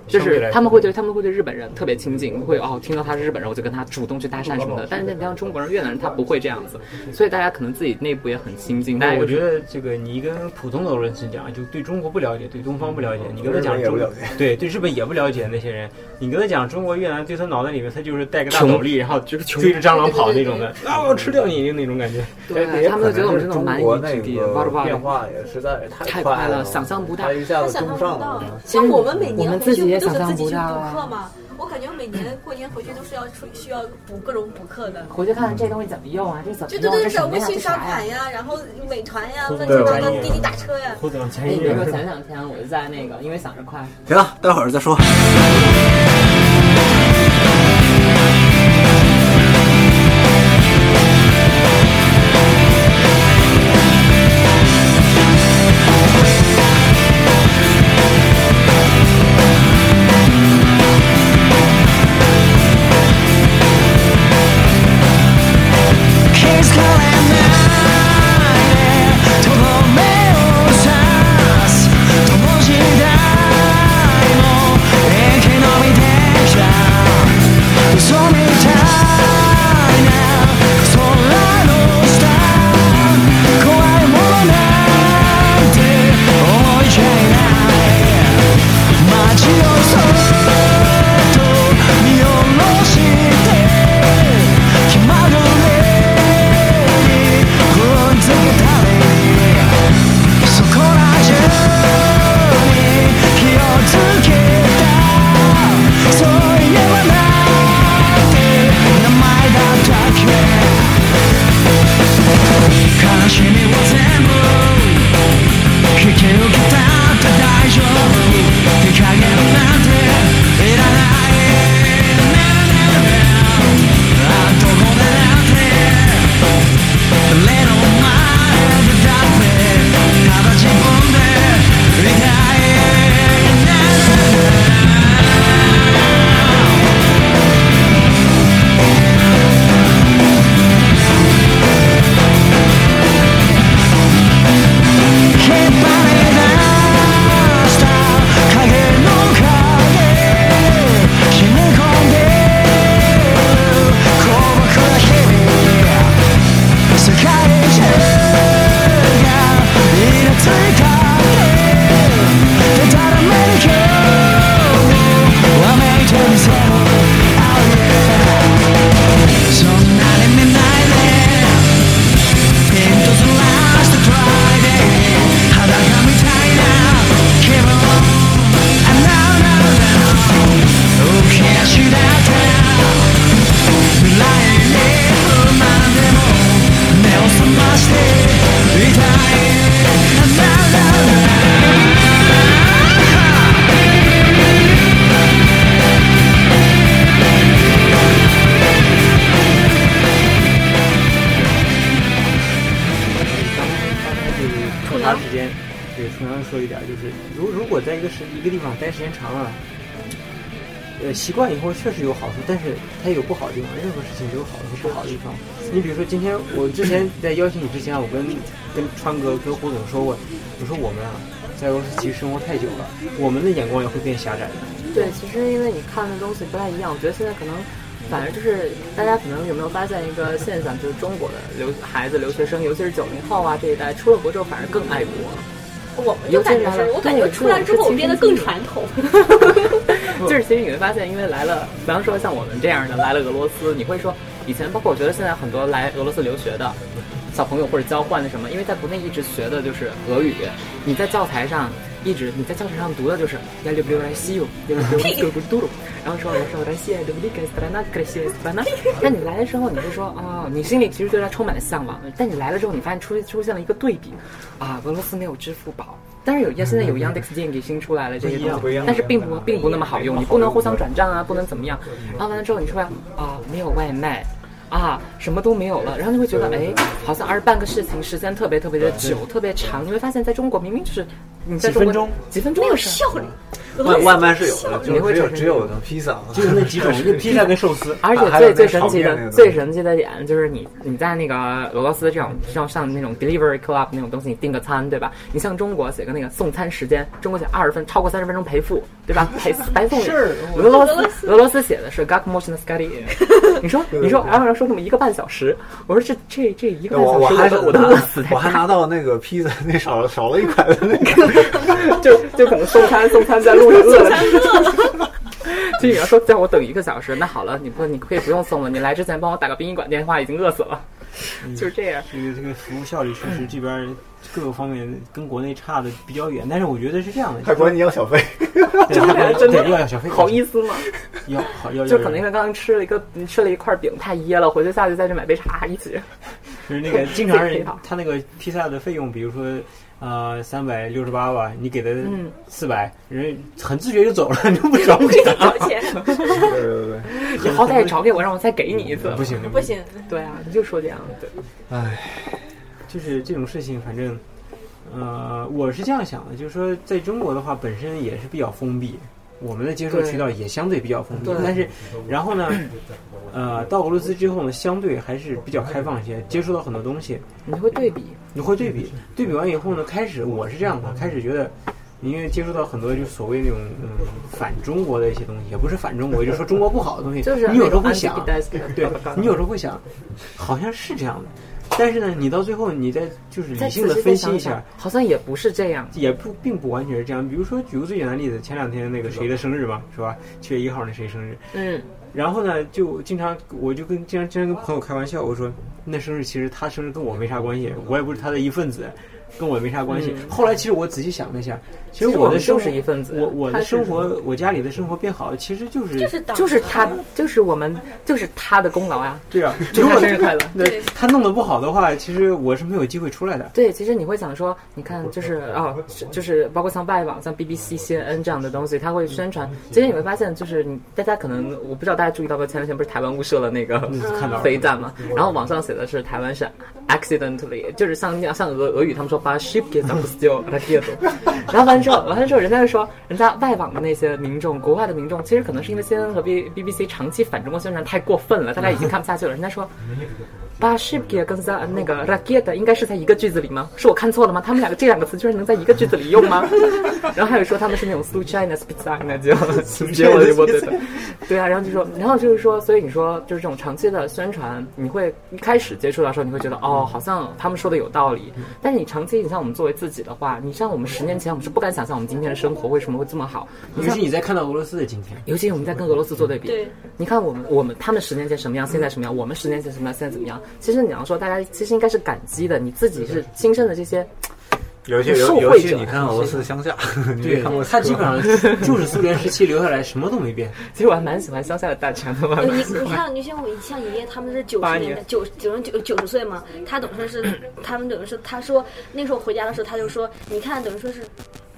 C: 就是他们会对他们会对日本人特别亲近，会哦听到他是日本人，我就跟他主动去搭讪什么的。但是那像中国人、越南人，他不会这样子，所以大家可能自己内部也很亲近。但
A: 我觉得这个你跟普通的俄罗斯讲，就对中国不了解，对东方不了解，你跟他讲中
D: 国，
A: 对哦对日本也不了解那些人，你跟他讲中国、越南，对他脑袋里面他就是戴个大斗笠，然后就是追着蟑螂跑那种的，啊我吃掉你就那种感觉。
C: 对他们觉得我们这种蛮夷之地，
D: 变化也实在
C: 太
D: 快
C: 了，想象不到，
D: 一下子
B: 想象
D: 跟
B: 不
D: 上
B: 到哎
D: 了。。
B: 像我们每年
C: 我们
B: 回
C: 自
B: 去
C: 己也
B: 不都是自
C: 想象
B: 己
C: 不
B: 去
C: 到
B: 补
C: 啊
B: 课吗？我感觉每年过年回去都是要出需要补各种补课的。
C: 回去看看这东西怎么用啊，这怎么
B: 就对
C: 用？
B: 对
C: 这
B: 对，
C: 什
B: 找
C: 么
B: 微
C: 呀？这
B: 信刷
C: 啥呀
B: 款？呀，然后美团呀，乱七
D: 对
B: 八糟
A: 专业
B: 滴滴打车呀。
A: 胡子往前
C: 哎，
A: 一
C: 你别说
A: 点。
C: 前两天我就在那个，因为想着快，
E: 行
D: 啊
E: 了，待会儿再说。
A: 出长时间，对重阳说一点，就是如如果在一个时一个地方待时间长了，呃，习惯以后确实有好处，但是它也有不好的地方。任何事情都有好和不好的地方。你比如说，今天我之前在邀请你之前，我跟跟川哥、跟胡总说过，我说我们啊，在俄罗斯其实生活太久了，我们的眼光也会变狭窄的。
C: 对，其实因为你看的东西不太一样，我觉得现在可能，反正就是大家可能有没有发现一个现象，就是中国的留孩子留学生，尤其是九零后啊这一代，出了国之后反而更爱国。
B: 我们就感觉是，我感觉出来之后我变得更传 统。
C: 就是其实你会发现，因为来了，比方说像我们这样的来了俄罗斯，你会说以前包括我觉得现在很多来俄罗斯留学的小朋友或者交换的什么，因为在国内一直学的就是俄语，你在教材上一直你在教材上读的就是哎 я люблю Россию, я люблю русскую культуру，然后说我说 Россия великая страна, красивая страна。那你来的时候你是说啊、哦你心里其实对它充满了向往，但你来了之后，你发现出出现了一个对比，啊，俄罗斯没有支付宝。但是有现在有 Yandex 电给新出来了这些东
A: 不一
C: 西
A: 样，
C: 但是并不并不那么好用，你不能互相转账啊，不能怎么样。然后完了之后，你出来啊，没有外卖。啊，什么都没有了，然后你会觉得，哎，好像而办个事情时间特别特别的久，特别长。你会发现在中国明明就是你
A: 几
C: 在中国
A: 分钟
C: 几分钟
B: 没有效率。
D: 外外 卖是有的，
C: 你
D: 就
C: 会
D: 只有
C: 产生
D: 只有披萨，
A: 就那 几种就披萨跟寿司
C: 而且
D: 还
C: 最
D: 有那
C: 最神
D: 炒
C: 奇
D: 面那
C: 的
D: 个
C: 最神奇的点就是你你在那个俄罗斯这种这种上那种 delivery club 那种东西，你订个餐对吧？你像中国写个那个送餐时间，中国写二十分，超过三十分钟赔付对吧？赔白送你。
A: 是
C: 俄罗斯俄罗斯写的是 g a k m o s h n s k a r i 你说你说，然后人说什么一个半小时？我说这这这一个半
D: 我
C: 小
D: 我
C: 时
D: 还
C: 我
D: 是
C: 都我都饿死
D: 我
C: 在
D: 还
C: 家，
D: 拿到那个披萨那少少了一块的那个，
C: 就就可能送餐送餐在路上饿了。其实你要说叫我等一个小时，那好了，你不你可以不用送了，你来之前帮我打个殡仪馆电话，已经饿死了，
A: 嗯
C: 就是这样。
A: 这个这个服务效率确实这边儿各个方面跟国内差的比较远，但是我觉得是这样的，
D: 还管你要小费，
A: 对
C: 真的真的
A: 对要要小费，
C: 好意思吗？
A: 要好要要
C: 就可能因
A: 要
C: 为刚刚吃了一个吃了一块饼太噎了，回去下去再去买杯茶一起。
A: 就是那 个经常
C: 自己
A: 人
C: 配套
A: 他那个披萨的费用，比如说。呃，三百六十八吧，你给的
C: 嗯
A: 四百、人很自觉就走了， 你就不找给他，
B: 掏钱
D: 对对对，
C: 你好歹也找给我，让我再给你一次。
A: 不行，
B: 不行，
C: 对啊，你就说这样。对，
A: 就是这种事情，反正，呃，我是这样想的，就是说，在中国的话，本身也是比较封闭，我们的接受渠道也相对比较封闭
C: 对。
A: 但是，然后呢，呃，到俄罗斯之后呢，相对还是比较开放一些，接触到很多东西，
C: 你会对比，
A: 你会对比，对比完以后呢，开始我是这样的，开始觉得。因为接触到很多就所谓那种嗯反中国的一些东西，也不是反中国，就是说中国不好的东西。
C: 就是
A: 你有时候会
C: 那种
A: 想，
C: anti-Kitaevsky
A: 对你有时候会想，好像是这样的，但是呢，你到最后你再就是
C: 再
A: 理性
C: 仔
A: 的
C: 细
A: 分析
C: 再想
A: 一
C: 想
A: 下，，
C: 好像也不是这样。
A: 也不并不完全是这样。比如说，举个最简单的例子，前两天那个谁的生日嘛，是吧？七月一号那谁生日？
C: 嗯，
A: 然后呢，就经常我就跟经常经常跟朋友开玩笑，我说那生日其实他生日跟我没啥关系，我也不是他的一份子，跟我也没啥关系。后来其实我仔细想了一下，其实
C: 嗯其实
A: 我
C: 我
A: 的
C: 们
A: 生
C: 就是一份子
A: 我我
C: 他
A: 的
C: 是
A: 生活，我家里的生活变好了，其实就是
B: 就是挡
C: 就是他，就是我们，就是他的功劳啊。
A: 对 啊。
C: 祝他生日快乐。
A: 对他弄得不好的话，其实我是没有机会出来的。
C: 对，其实你会想说，你看，就是哦，是就是包括像外网、像 BBC、CNN 这样的东西，它会宣传。其实你会发现，就是你大家可能，我不知道大家注意到没有，前两天不是台湾误射了那个
A: 嗯看到了
C: 飞弹嘛，然后网上写的是台湾是 accidentally，就是像那样像俄俄语他们说把 ship get up still r a k e t 然后完了之后，完了之后，人家就说，人家外网的那些民众，国外的民众，其实可能是因为 CNN 和 B BBC 长期反中国宣传太过分了，大家已经看不下去了，人家说。把 ship gear 跟在那个 racket 应该是在一个句子里吗？是我看错了吗？他们两个这两个词居然能在一个句子里用吗？ 然后还有说他们是那种 s u c h i n e s p i z z a 那就结果就不对的，对啊，然后就说，然后就是说，所以你说就是这种长期的宣传，你会一开始接触到的时候，你会觉得哦，好像他们说的有道理，但是你长期，你像我们作为自己的话，你像我们十年前，我们是不敢想象我们今天的生活为什么会这么好，你
A: 尤
C: 像
A: 其你在看到俄罗斯的今天，
C: 尤其我们在跟俄罗斯做对比，
B: 对嗯
C: 你看我们我们他们十年前什么样，现在什么样？我们十年前什么样，现在怎么样？其实你要说大家其实应该是感激的，你自己是亲身的这些，
D: 尤其
C: 受
D: 尤
C: 惠
D: 尤其
C: 者
D: 你看俄罗斯的乡下，你
A: 对
D: 看过
A: 他基本上 就是苏联时期留下来，什么都没变。
C: 其实我还蛮喜欢乡下的大城的嘛
B: 呃。 你你看，你像我像爷爷他们是九
C: 八
B: 十
C: 年
B: 年代九九十九九十岁嘛，他等于说是他们等于说他说那时候回家的时候他就说，你看等于说是。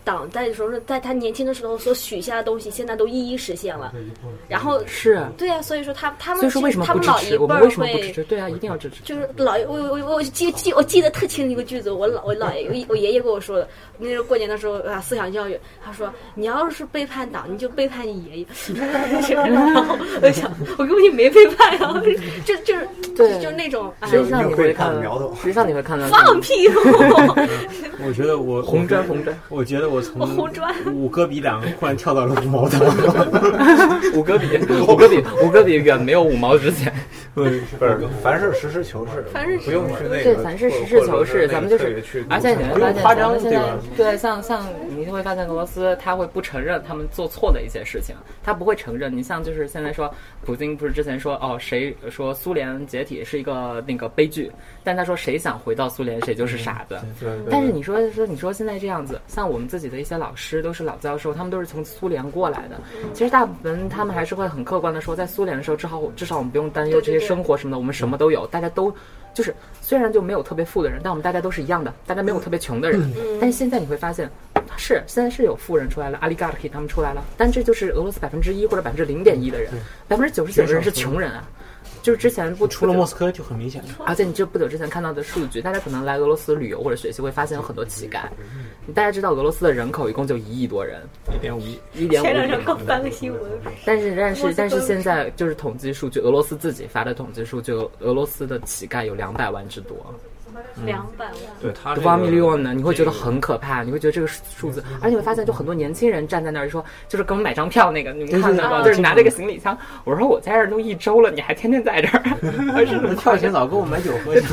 B: 党在时候是在他年轻的时候所许下的东西，现在都一一实现了。然后
C: 是，啊
B: 对呀、所以说他他们
C: 所以说为什么
B: 他
C: 不
B: 们
C: 支
B: 老一
C: 持？我
B: 辈
C: 们
B: 儿
C: 为什么不支
B: 会
C: 持？对啊，一定要支持。
B: 就是老爷，我我我我记记我记得特清一个句子，我老我姥爷我我爷爷跟我说的，那时候过年的时候啊，思想教育，他说你要是背叛党，你就背叛你爷爷。 然后我就想，我根本就没背叛啊，就就是
C: 对
B: 就是那种哎
C: 实际上你会看
D: 有有会看苗头，
C: 实际上你会看到
B: 放屁 哦，
A: 我觉得我
C: 红砖红砖，
A: 我觉得我从
B: 我红砖
A: 五哥比党忽然跳到了五毛 党。
C: 五哥 比五哥比五哥比远没有五毛值钱。
D: 不是，凡事实事求是，
B: 凡事
D: 不用去那个，
C: 对，凡事实事求是，咱们就
D: 或者那个特别
C: 是
D: 去，
C: 而且你会
A: 不
C: 发
A: 用夸张
C: 现，咱们现
A: 对
C: 在
A: 吧
C: 对像像你就会发现，俄罗斯他会不承认他们做错的一些事情，他不会承认。你像就是现在说，普京不是之前说哦，谁说苏联解体是一个那个悲剧，但他说谁想回到苏联谁就是傻子。但是你说说你说现在这样子，像我们自己的一些老师都是老教授，他们都是从苏联过来的。其实大部分他们还是会很客观的说，在苏联的时候，至少我至少我们不用担忧这些
B: 对对对
C: 生活什么的，我们什么都有，大家都就是虽然就没有特别富的人，但我们大家都是一样的，大家没有特别穷的人。
B: 嗯
C: 但是现在你会发现，是现在是有富人出来了，阿里嘎克他们出来了，但这就是俄罗斯百分之一或者百分之零点一的人，百分之九十九的人是穷人啊。就是之前不
A: 出了莫斯科就很明显了。
C: 而且你这不久之前看到的数据，大家可能来俄罗斯旅游或者学习会发现有很多乞丐。大家知道俄罗斯的人口一共就一亿多人，
A: 一点五亿，
C: 一点五亿。
B: 前两天刚翻个新闻，
C: 但是但是但是现在就是统计数据，俄罗斯自己发的统计数据，俄俄罗斯的乞丐有两百万之多。嗯
B: 两百万，
E: 对他
C: 这个，million 呢，你会觉得很可怕，你会觉得这个数字，而且你会发现，就很多年轻人站在那儿说，就是给我买张票那个，你们看到吗？就是拿着个行李箱，我说我在这儿都一周了，你还天天在这儿，是
A: 能跳起早给我买酒喝去。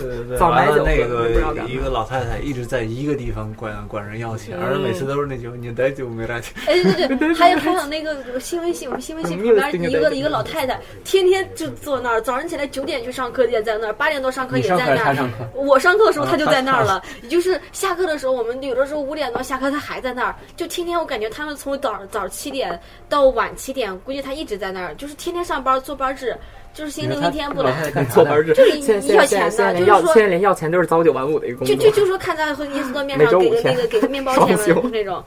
E: 对对对，
C: 早买
E: 完
C: 酒
E: 了那
C: 不知道干
E: 个
C: 嘛
E: 一个老太太一直在一个地方管管人要钱，而
C: 嗯
E: 每次都是那句“你带酒没带酒
B: 哎对对对，还有还有那个新闻系，我们新闻系旁边一个一个老太太，天天就坐那儿，早上起来九点去上课也在那儿，八点多上课也在那儿。我上课的时候她就在那儿了，也就是下课的时候，我们有的时候五点多下课她还在那儿，就天天我感觉他们从早早七点到晚七点，估计她一直在那儿，就是天天上班坐班制，就是星期六一天不来。
C: 坐班制，
B: 就是
C: 现在
B: 要
C: 现
B: 钱的
C: 在现在连
B: 就是
C: 要
B: 说
C: 现在连要钱都是朝九晚五的一个工
B: 就
C: 作。
B: 就就说看在和耶稣的面上给个那个给个面包钱的那 种，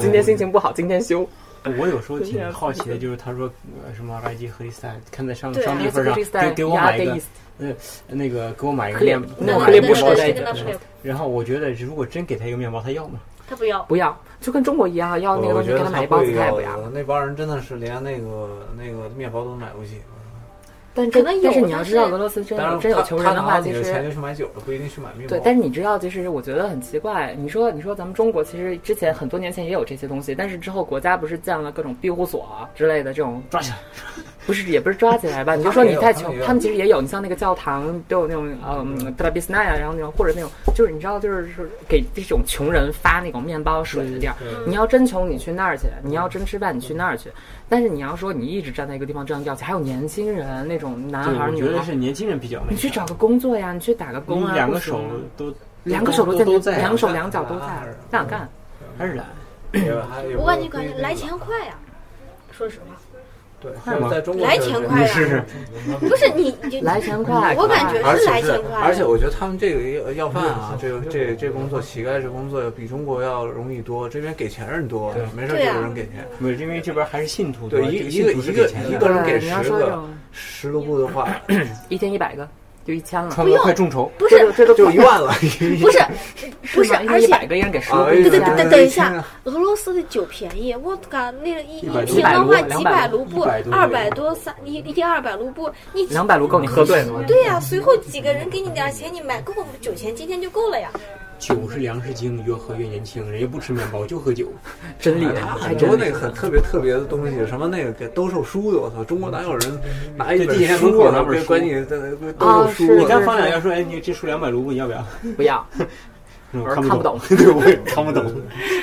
C: 今天心情不好，今天休。
A: 嗯我有时候挺好奇的，就是他说呃什么垃圾黑塞，看在上
C: 啊
B: 对
A: 上帝份上，给给我买一个，呃那个给我买一个面，给
C: 那
A: 我
C: 我
A: 买一
C: 也
A: 个
C: 不熟
A: 面包
C: 的
A: 带
B: 跟他朋友
A: 着。然后我觉得如果真给他一个面包，他要吗？
B: 他不要。
C: 不要，就跟中国一样，”，要那
E: 我
C: 个东西
E: 觉
C: 给
E: 得
C: 他买一包
E: 会
C: 子，他也
E: 要
C: 不要。
E: 的。那帮人真的是连那个那个面包都买不起。
C: 但
B: 可
C: 真
B: 能有
C: 但是你要
B: 但是
C: 知道，俄罗斯真
E: 当然
C: 真有
E: 他
C: 穷人的话，
E: 他拿
C: 其
E: 你
C: 实
E: 的钱就去买酒了，不一定去买面包。
C: 对，但是你知道，其实我觉得很奇怪。你说，你说咱们中国其实之前很多年前也有这些东西，但是之后国家不是建了各种庇护所之类的这种，
A: 抓起来！
C: 不是也不是抓起来吧？你就
E: 他
C: 说
E: 们
C: 你
E: 也有
C: 太
E: 他们
C: 穷
E: 也，有
C: 他们其实也有。你像那个教堂都有那种嗯特拉比斯奈啊，然后那种或者那种就是你知道就是是给这种穷人发那种面包水的地儿。你要真穷，你去那儿去；你要真吃饭，你去那儿去。但是你要说你一直站在一个地方这样要钱，还有年轻人那种男
A: 对，
C: 孩儿
A: 我
C: 女
A: 觉
C: 孩
A: 得
C: 儿，
A: 是年轻人比较那个。
C: 你去找个工作呀，你去打个工
A: 你
C: 啊，
A: 两个
C: 不行
A: 手
C: 吗
A: 都
C: 两个手
A: 都
C: 都在，
A: 都在，
C: 两手两脚都在
E: 啊，
C: 那想干？
A: 还是懒。
E: 也还也不
B: 我感
E: 不一
B: 觉感觉
E: 定
B: 来
E: 吧
B: 钱快呀、说实 话，
E: 对，
C: 嗯
A: 快吗
E: 在中国
B: 来
E: 是
B: 钱
E: 这样
B: 快
C: 啊
B: 呀、
A: 是
B: 不是你你
C: 来钱快，
B: 我感觉
E: 而
B: 是来
E: 且
B: 钱
E: 是
B: 快，
E: 而且我觉得他们这个要饭啊，这个这这工作，乞丐这工作要比中国要容易多。这边给钱人多，没事就
B: 对
E: 有
B: 啊
E: 人给钱。
A: 不是因为这边还是信徒多，
E: 对，一
A: 这
E: 一个
A: 信徒是
E: 一
A: 给
E: 个
A: 钱
E: 一
A: 的
E: 个人给
C: 对你要
E: 十
C: 说这
E: 个
C: 种，
E: 十个不的话，
C: 一天一百个，就一千了，
A: 川哥快众筹，
B: 不
C: 这就是这都
E: 就一万了。
B: 不是 不是，
C: 吗一
B: 而
C: 天一百
B: 且
C: 个一人给十
E: 啊
C: 个，
E: 哎
B: 对
E: 呦对
B: 对对，
E: 对
B: 等一
E: 对
B: 下
E: 天啊，
B: 俄罗斯的酒便宜，我靠，那个一一
A: 100
B: 瓶的话
C: 卢
B: 几
C: 200
B: 卢布，
A: 100
B: 二百多三一一天二百卢布，你
C: 两百卢够你喝醉了吗？
B: 对呀、随后几个人给你点钱，你买够酒钱今天就够了呀。
A: 酒是粮食精，越喝越年轻，人家不吃面包就喝酒。
C: 真理，
E: 他
C: 还
E: 很
C: 真
E: 多
C: 理
E: 那个很特别特别的东西，什么那个给兜售书的，我操，中国哪有人拿一
A: 对
E: 本
A: 地铁门
E: 书
A: 口拿
E: 啊
A: 本
E: 给
A: 书
E: 管你在那兜
C: 啊
E: 售
C: 是
E: 书
A: 你
E: 啊？
A: 看方两要说，哎，你这书两百卢布，你要不要？
C: 嗯不要。
A: 我
C: 而
A: 看
C: 看不
A: 懂
C: 懂，
A: 对，我也看不懂。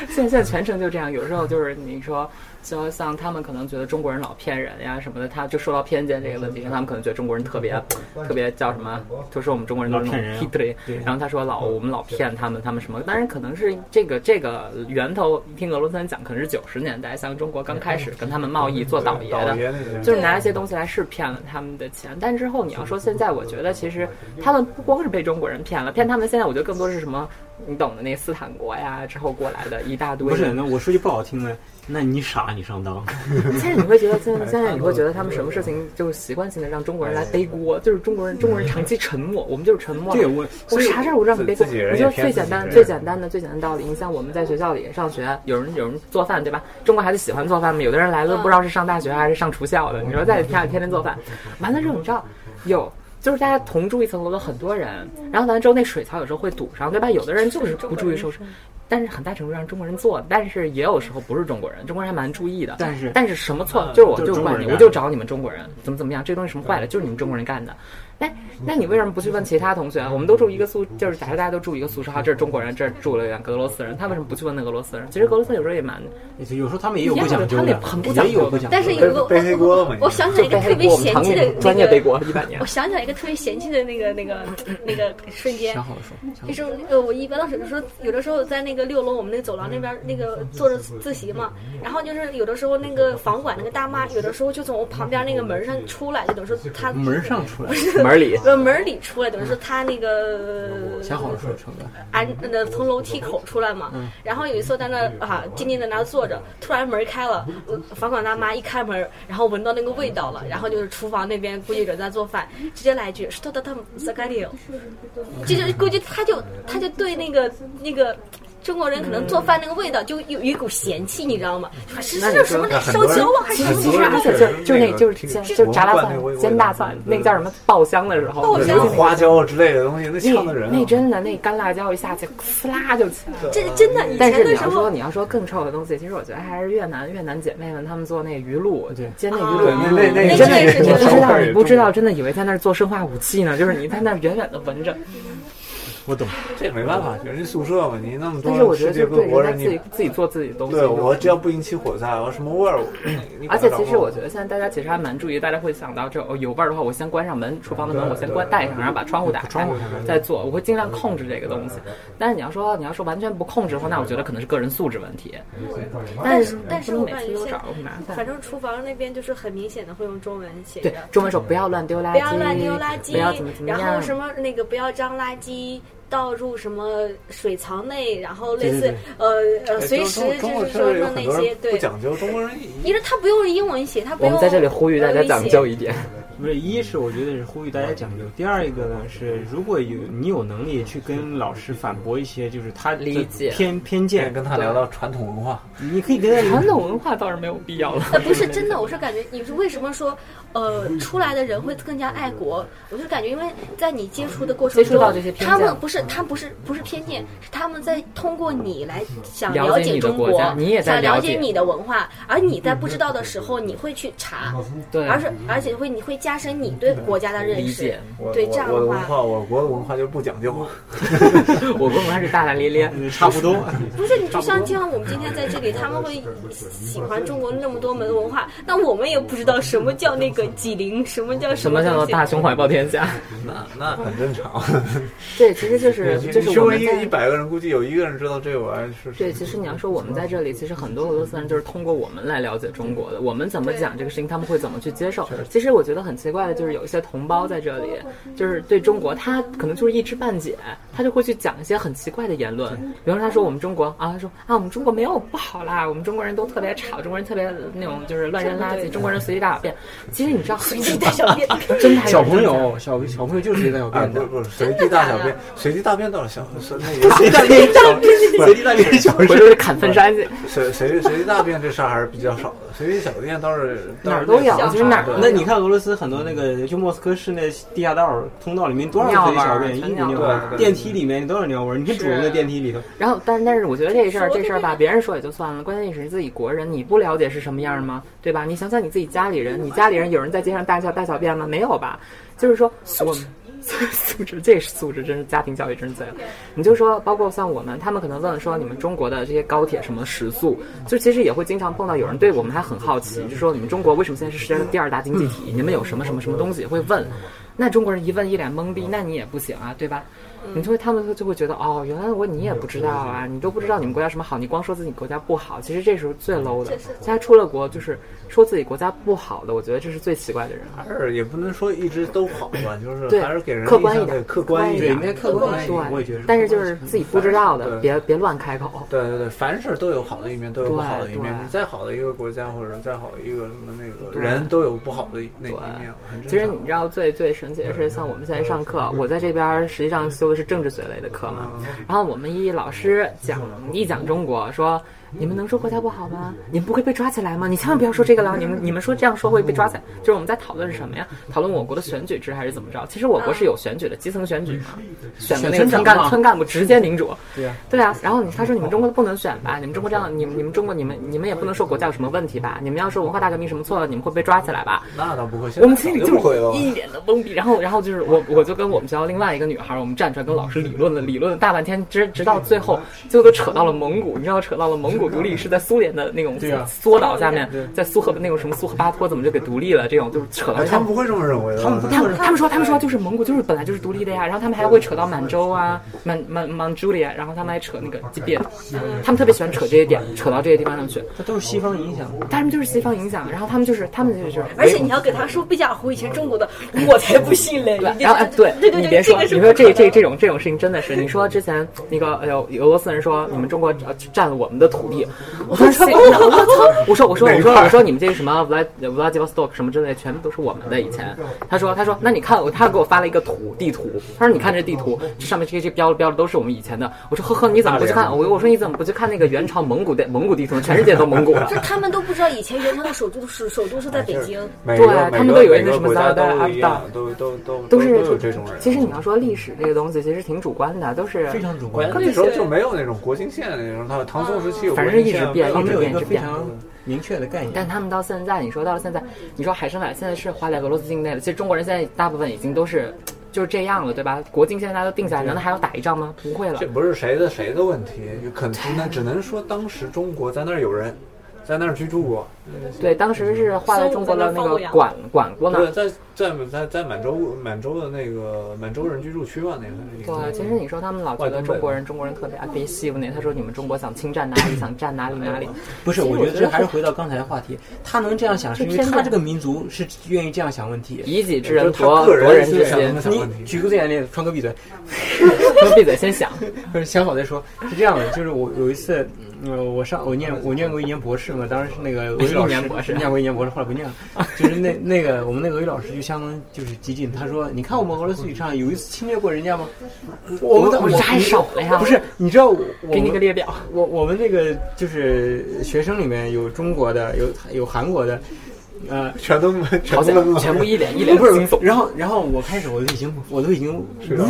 C: 现在现在全程就这样，有时候就是你说，就像他们可能觉得中国人老骗人呀什么的，他就说到偏见这个问题上，他们可能觉得中国人特别特别叫什么，就说我们中国人都是那
A: 老骗人啊
C: 种 p i
A: 对嗯
C: 然后他说老我们老骗他们，他们什么？当然可能是这个这个源头，听俄罗斯人讲，可能是九十年代像中国刚开始跟他们贸易做倒爷
E: 倒
C: 的，
E: 爷那些，
C: 就是拿一些东西来是骗了他们的钱，但之后你要说现在，我觉得其实他们不光是被中国人骗了，骗他们现在我觉得更多是什么，你懂的那斯坦国呀，之后过来的一大堆。
A: 不是，那我说句不好听的，那你傻，你上当。
C: 现在你会觉得 现在现在你会觉得他们什么事情就习惯性的让中国人来背锅，就是中国人中国人长期沉默，我们就是沉默。
A: 对我，
C: 我
A: 所以
C: 啥事儿我让你背锅
E: 自己人，也
C: 我觉得
E: 骗自
C: 最
E: 己
C: 简单、
E: 人
C: 最简单的、最简单的道理。你像我们在学校里上学，有人有人做饭，对吧？中国孩子喜欢做饭吗？有的人来了
B: 嗯
C: 不知道是上大学还是上厨校的。你说在家里天天做饭，完了之后你知道有。就是大家同住一层楼的很多人，然后完了之后那水槽有时候会堵上，对吧？有的嗯人就是不注意收拾，但是很大程度上中国人做的，但是也有时候不是中国人，中国人还蛮注意的。
A: 但是
C: 但是什么错
E: 嗯
C: 就是我
A: 就是
C: 哦就
A: 中国
C: 怪
A: 人
C: 你，
A: 干
C: 我就找你们中国人怎么怎么样，这东西什么坏了就是你们中国人干的。那那你为什么不去问其他同学？我们都住一个宿，就是假设大家都住一个宿舍，啊这是中国人，这儿住了两个俄罗斯人，他为什么不去问那个俄罗斯人？其实俄罗斯有时候也蛮
A: 有时候他们也有不
C: 一样
A: 讲
C: 的
A: 究
C: 他们也
A: 的，
C: 很不讲究
A: 也有不
C: 的
A: 讲究的。
B: 但是有个
E: 背黑锅了
B: 我
E: 嘛
B: 我想起来一个特别
C: 我们
B: 嫌
C: 常
B: 弃的
C: 年专业
B: 那
C: 背
B: 个。
C: 锅一百年
B: 我。想起来一个特别嫌弃的那个、那个、那个瞬间
A: 想，好了说，
B: 就是呃，我一般当时有时候有的时候在那个六楼我们那个走廊那边那个坐着自习嘛，然后就是有的时候那个房管那个大妈，有的时候就从我旁边那个门上出来，有的时候她
A: 门上出来，
C: 门门里
B: 呃门儿里出来，等于说他那个
A: 想好了说成的。
B: 安那从楼梯口出来嘛，然后有一次我在那啊静静在那坐着，突然门开了，呃房管大妈一开门，然后闻到那个味道了，然后就是厨房那边估计有人在做饭，直接来一句“是他他他萨卡里”，这就估计他就他就对那个那个。中国人可能做饭那个味道就有有一股嫌弃，你知道吗？是是叫什么烧焦啊，还是什么
C: 其实而且就就那就是煎就是炸大蒜、煎大蒜，那个叫什么爆香的时候，
B: 爆
E: 什
B: 香
E: 么花椒啊之类的东西，那呛的人啊
C: 那真的那干辣椒一下去，呲啦就起来了。
B: 这真的以
C: 但是
B: 前
C: 你
B: 的时
C: 要说
B: 候，
C: 你要说更臭的东西，其实我觉得还是越南越南姐妹们她们做那鱼露，对，煎那
B: 啊
C: 鱼露，
B: 那
E: 那那
C: 你
B: 那
C: 真
B: 真
C: 的
B: 是
C: 你
B: 觉
C: 不
B: 得
C: 知道你不知道，真的以为在那儿做生化武器呢，就是你在那儿远远的闻 着。
A: 我懂，
E: 这也没办法，人家宿舍嘛，你那么
C: 但是我
E: 多
C: 觉
E: 世
C: 得
E: 界
C: 就
E: 各
C: 对
E: 国
C: 人
E: 人，
C: 家自己
E: 你
C: 自己做自己的东西，
E: 对我只要不引起火灾，我什么味儿， 我你
C: 而且其实我觉得现在大家其实还蛮注意，大家会想到这哦有味儿的话，我先关上门，厨房的门我先关带上，然后把窗户打开，再做。我会尽量控制这个东西。但是你要说你要说完全不控制的话，那我觉得可能是个人素质问题。
B: 但
C: 是
B: 是但是
C: 不
B: 我
C: 能
B: 感
C: 每
B: 觉
C: 次都
B: 现
C: 找
B: 在
C: 麻烦
B: 反。正厨房那边就是很明显的会用中文写
C: 对
B: 着，，
C: 中文说不要乱丢垃圾，
B: 不要乱丢垃圾，
C: 不要怎么怎么样，
B: 然后什么那个不要脏垃圾。倒入什么水槽内，然后类似
A: 对对
B: 呃
E: 哎
B: 呃，随时就是说
E: 有
B: 的
E: 很
B: 那
E: 多
B: 些
E: 人不
B: 对，
E: 讲究，中国人
B: 因为他不用英文写，他不
C: 我
B: 用。
C: 们在这里呼吁大家讲究一点。
A: 不是，一是我觉得是呼吁大家讲究，
C: 嗯
A: 第二一个呢是，如果有你有能力去跟老师反驳一些，就是他的
C: 理解
A: 偏偏见，
E: 跟他聊聊传统文化，
A: 你可以跟他
C: 传统文化倒是没有必要了。
B: 呃，不是真的，我是感觉你是为什么说，呃，出来的人会更加爱国？我是感觉，因为在你接触的过程
C: 接触到这些
B: 中，
C: 偏见
B: 他们不是他不是不是偏见，是他们在通过你来想
C: 了解
B: 了
C: 你
B: 解
C: 的
B: 中
C: 国家你也在
B: 想
C: 了
B: 了
C: 解
B: 解你的文化，而你在不知道的时候，你会去查，
C: 对，
B: 而是而且会你会加深你对国家的认
C: 嗯理
B: 识
C: 解。
E: 我
B: 对
E: 我
B: 这样
E: 我
B: 的
E: 的文
B: 话，
E: 化，我国的文化就是不讲究，
C: 我跟我还是大大咧咧。
E: 嗯
A: 差不多。
B: 不是你就像就像我们今天在这里，他们会喜欢中国那么多门文化，那我们也不知道什么叫那个纪灵，什么叫
C: 什么叫
B: 东
C: 做
B: 西
C: 大胸怀抱天下？
E: 那那很正常。 嗯
C: 对，其实就是
E: 你
C: 就是
E: 周
C: 我
E: 围
C: 们
E: 一
C: 在
E: 个一百个人，估计有一个人知道这玩意儿是
C: 对，其实你要说我们在这里，其实很多俄罗斯人就是通过我们来了解中国的。我们怎么讲这个事情，他们会怎么去接受？其实我觉得很奇怪的就是，有一些同胞在这里，就是对中国，他可能就是一知半解，他就会去讲一些很奇怪的言论。比方说，他说我们中国啊，他说啊，我们中国没有不好啦，我们中国人都特别吵，中国人特别那种就是乱扔垃圾，中国人随地大小便。其实你知道，随地大小便， 真的还有
A: 小朋
C: 人这样
A: 友，小小朋友就是这个
E: 啊，
A: 变
E: 不
A: 的
E: 是，不是，随地大小
B: 真的
E: 便
B: 假，
E: 随地大便倒是小，是那个随地大 便
A: 随地大便小
C: 回头就砍粪山去，
E: 随随随地大便这事儿还是比较少的，随地小便倒是
C: 哪儿都有，
E: 倒是
C: 其实哪儿都有
A: 那你看俄罗斯很多那个，就莫斯科市内地下道通道里面多少
C: 尿
A: 随
C: 味
A: 地小
C: 儿
A: 便，一
C: 全
A: 股
C: 尿
A: 尿
C: 味
A: 味
C: 儿
A: 儿，电梯里面多少尿味儿？你看堵在电梯里头，
C: 然后，但但是我觉得这事儿
B: 说
C: 这
B: 对
C: 事儿吧，
B: 对
C: 别人说也就算了，关键你是自己国人，你不了解是什么样吗？对吧？你想想你自己家里人，你家里人有人在街上大小大小便吗？没有吧？就是说我们。素质，这是素质，真是家庭教育真是醉了。你就说，包括像我们，他们可能问说你们中国的这些高铁什么时速，就其实也会经常碰到有人对我们还很好奇，就说你们中国为什么现在是世界上第二大经济体？你们有什么什么什么东西会问？那中国人一问一脸懵逼，那你也不行啊，对吧？你就会他们就会觉得哦，原来我你也不知道啊，你都不知道你们国家什么好，你光说自己国家不好，其实这是最 low 的。现在出了国就是说自己国家不好的，我觉得这是最奇怪的人。啊
E: 还是也不能说一直都好吧，就是
C: 对
E: 还是给人
C: 客观
E: 印
C: 一
E: 象对
C: 点
E: 客观一
A: 对，
E: 点
A: 应。该客观一点，我也觉得。
C: 但是就是自己不知道的，
E: 对
C: 别别乱开口。
E: 对对对，凡事都有好的一面，都有
C: 对
E: 不好的一面。
C: 对
E: 你再好的一个国家，或者再好一个什么那个
C: 对
E: 人，都有不好的那一
C: 对
E: 面，很
C: 其
E: 正
C: 实
E: 常
C: 你。知道最最神奇的是，像我们现在上课，我在这边儿实际上修的是政治学类的课嘛。然后我们一老师讲一讲中国，说你们能说国家不好吗？你们不会被抓起来吗？你千万不要说这个了，你们你们说这样说会被抓起来。就是我们在讨论是什么呀？讨论我国的选举制还是怎么着？其实我国是有选举的，基层选举嘛，嗯选的那个村干村干部直接民主。对啊，对啊。然后你他说你们中国不能选吧？你们中国这样，你们你们中国你们你们也不能说国家有什么问题吧？你们要说文化大革命什么错了，你们会被抓起来吧？
E: 那倒不会，现
C: 我们
E: 在
C: 心里
E: 早
C: 就
E: 不会了
C: 是。一脸的懵逼，然后，然后就是我，我就跟我们学校另外一个女孩，我们站出来跟老师理论了，理论了大半天，直直到最后，最后都扯到了蒙古，你知道，扯到了蒙国独立是在苏联的那种
A: 对啊
C: 缩导下面，在苏和那种什么苏和巴托怎么就给独立了，这种就是扯到
E: 哎，他们不会这么认为的。
C: 他们他们他们说他们说就是蒙古就是本来就是独立的呀，然后他们还会扯到满洲啊、满满满洲里啊，然后他们还扯那个吉别，他们特别喜欢扯这些点，扯到这些地方上去。
A: 它都是西方影响，
C: 他们就是西方影响，然后他们就是他们就是。
B: 而且你要给他说贝加尔湖以前中国的，我才不信嘞！
C: 对，然后哎，对，
B: 对对
C: 你别说，
B: 这个是
C: 你说
B: 不
C: 这
B: 可能
C: 这这种这种事情真的是，你说之前那个哎呦，俄罗斯人说你们中国呃占了我们的土地，我当时说我 操，我说我说我说我说你们这个什么 Vlad 呃 Vladivostok 什么之类的，全部都是我们的以前。他说他说那你看我，他给我发了一个图地图，他说你看这地图，这上面这些这标的标的都是我们以前的。我说呵呵，你怎么不去看？我我说你怎么不去看那个元朝蒙古的蒙古地图呢？全世界都蒙 古了
B: 就。他们都不知道以前元朝的首都是首都是在北京。
D: 每个
C: 对啊
D: 每
C: 他们
D: 个
C: 都以为那
D: 每个
C: 什么
D: 国
C: 萨
D: 家
C: 尔达
D: 都
C: 阿
D: 一
C: 达
D: 样，都都都
C: 都是
D: 有这种人。
C: 其实你要说历史这个东西，其实挺主观的，都是
A: 非常主观
D: 那时候就没有那种国境线那种，唐唐宋时期有
C: 啊反
D: 国
C: 正是
D: 境
C: 一直
D: 线，
C: 变，
A: 没
C: 一直
A: 有
C: 变，
A: 一
C: 一
A: 个
C: 直
A: 非
C: 变。
A: 常明确的概念。
C: 但他们到现在，你说到现在，你说海参崴现在是划在俄罗斯境内了，其实中国人现在大部分已经都是就是这样了，对吧？国境现在大家都定下来，难道还要打一仗吗？不会了
D: 这。不是谁的谁的问题，可能那只能说当时中国在那儿有人，在那儿居住过。
C: 对，当时是划在中国的那个管管过呢。
D: 对，在在在在满洲满洲的那个满洲人居住区嘛，那个。
C: 对，其实你说他们老觉得中国人中国人特别 aggressive 呢，他说你们中国想侵占哪里，想占哪里哪里。
A: 不是，
C: 其实
A: 我
C: 我
A: 觉得
C: 觉
A: 这
C: 得
A: 还是回到刚才的话题，他能这样想，是因为
C: 偏
A: 他
C: 见
A: 这个民族是愿意这样想问题。
C: 以己之
D: 就
C: 人
D: 是他
C: 夺
D: 个
C: 夺
D: 人
C: 人
D: 思
C: 之
D: 想
C: 心
D: 的，想问
A: 你
D: 题。
A: 举个最简单的例子，川哥闭 嘴，
C: 先闭嘴先想。
A: 不是想好再说。是这样的，就是我有一次，嗯呃，我上我念我念过一年博士嘛，当时是那个俄语老
C: 一
A: 师
C: 年博士
A: 念过一年博士，后来不念了。就是那那个我们那个俄语老师就相当就是激进，他说：“你看我们俄罗斯语上有一次侵略过人家吗？我们
C: 我们占少了呀
A: 不是，你知道我
C: 给你个列表。
A: 我我们那个就是学生里面有中国的，有有韩国的，呃，
D: 全都全
C: 好
D: 都
C: 像全部一脸一脸
A: 不是
C: 惊悚。啊
A: 然后，然后我开始我就已经我都已经无语了，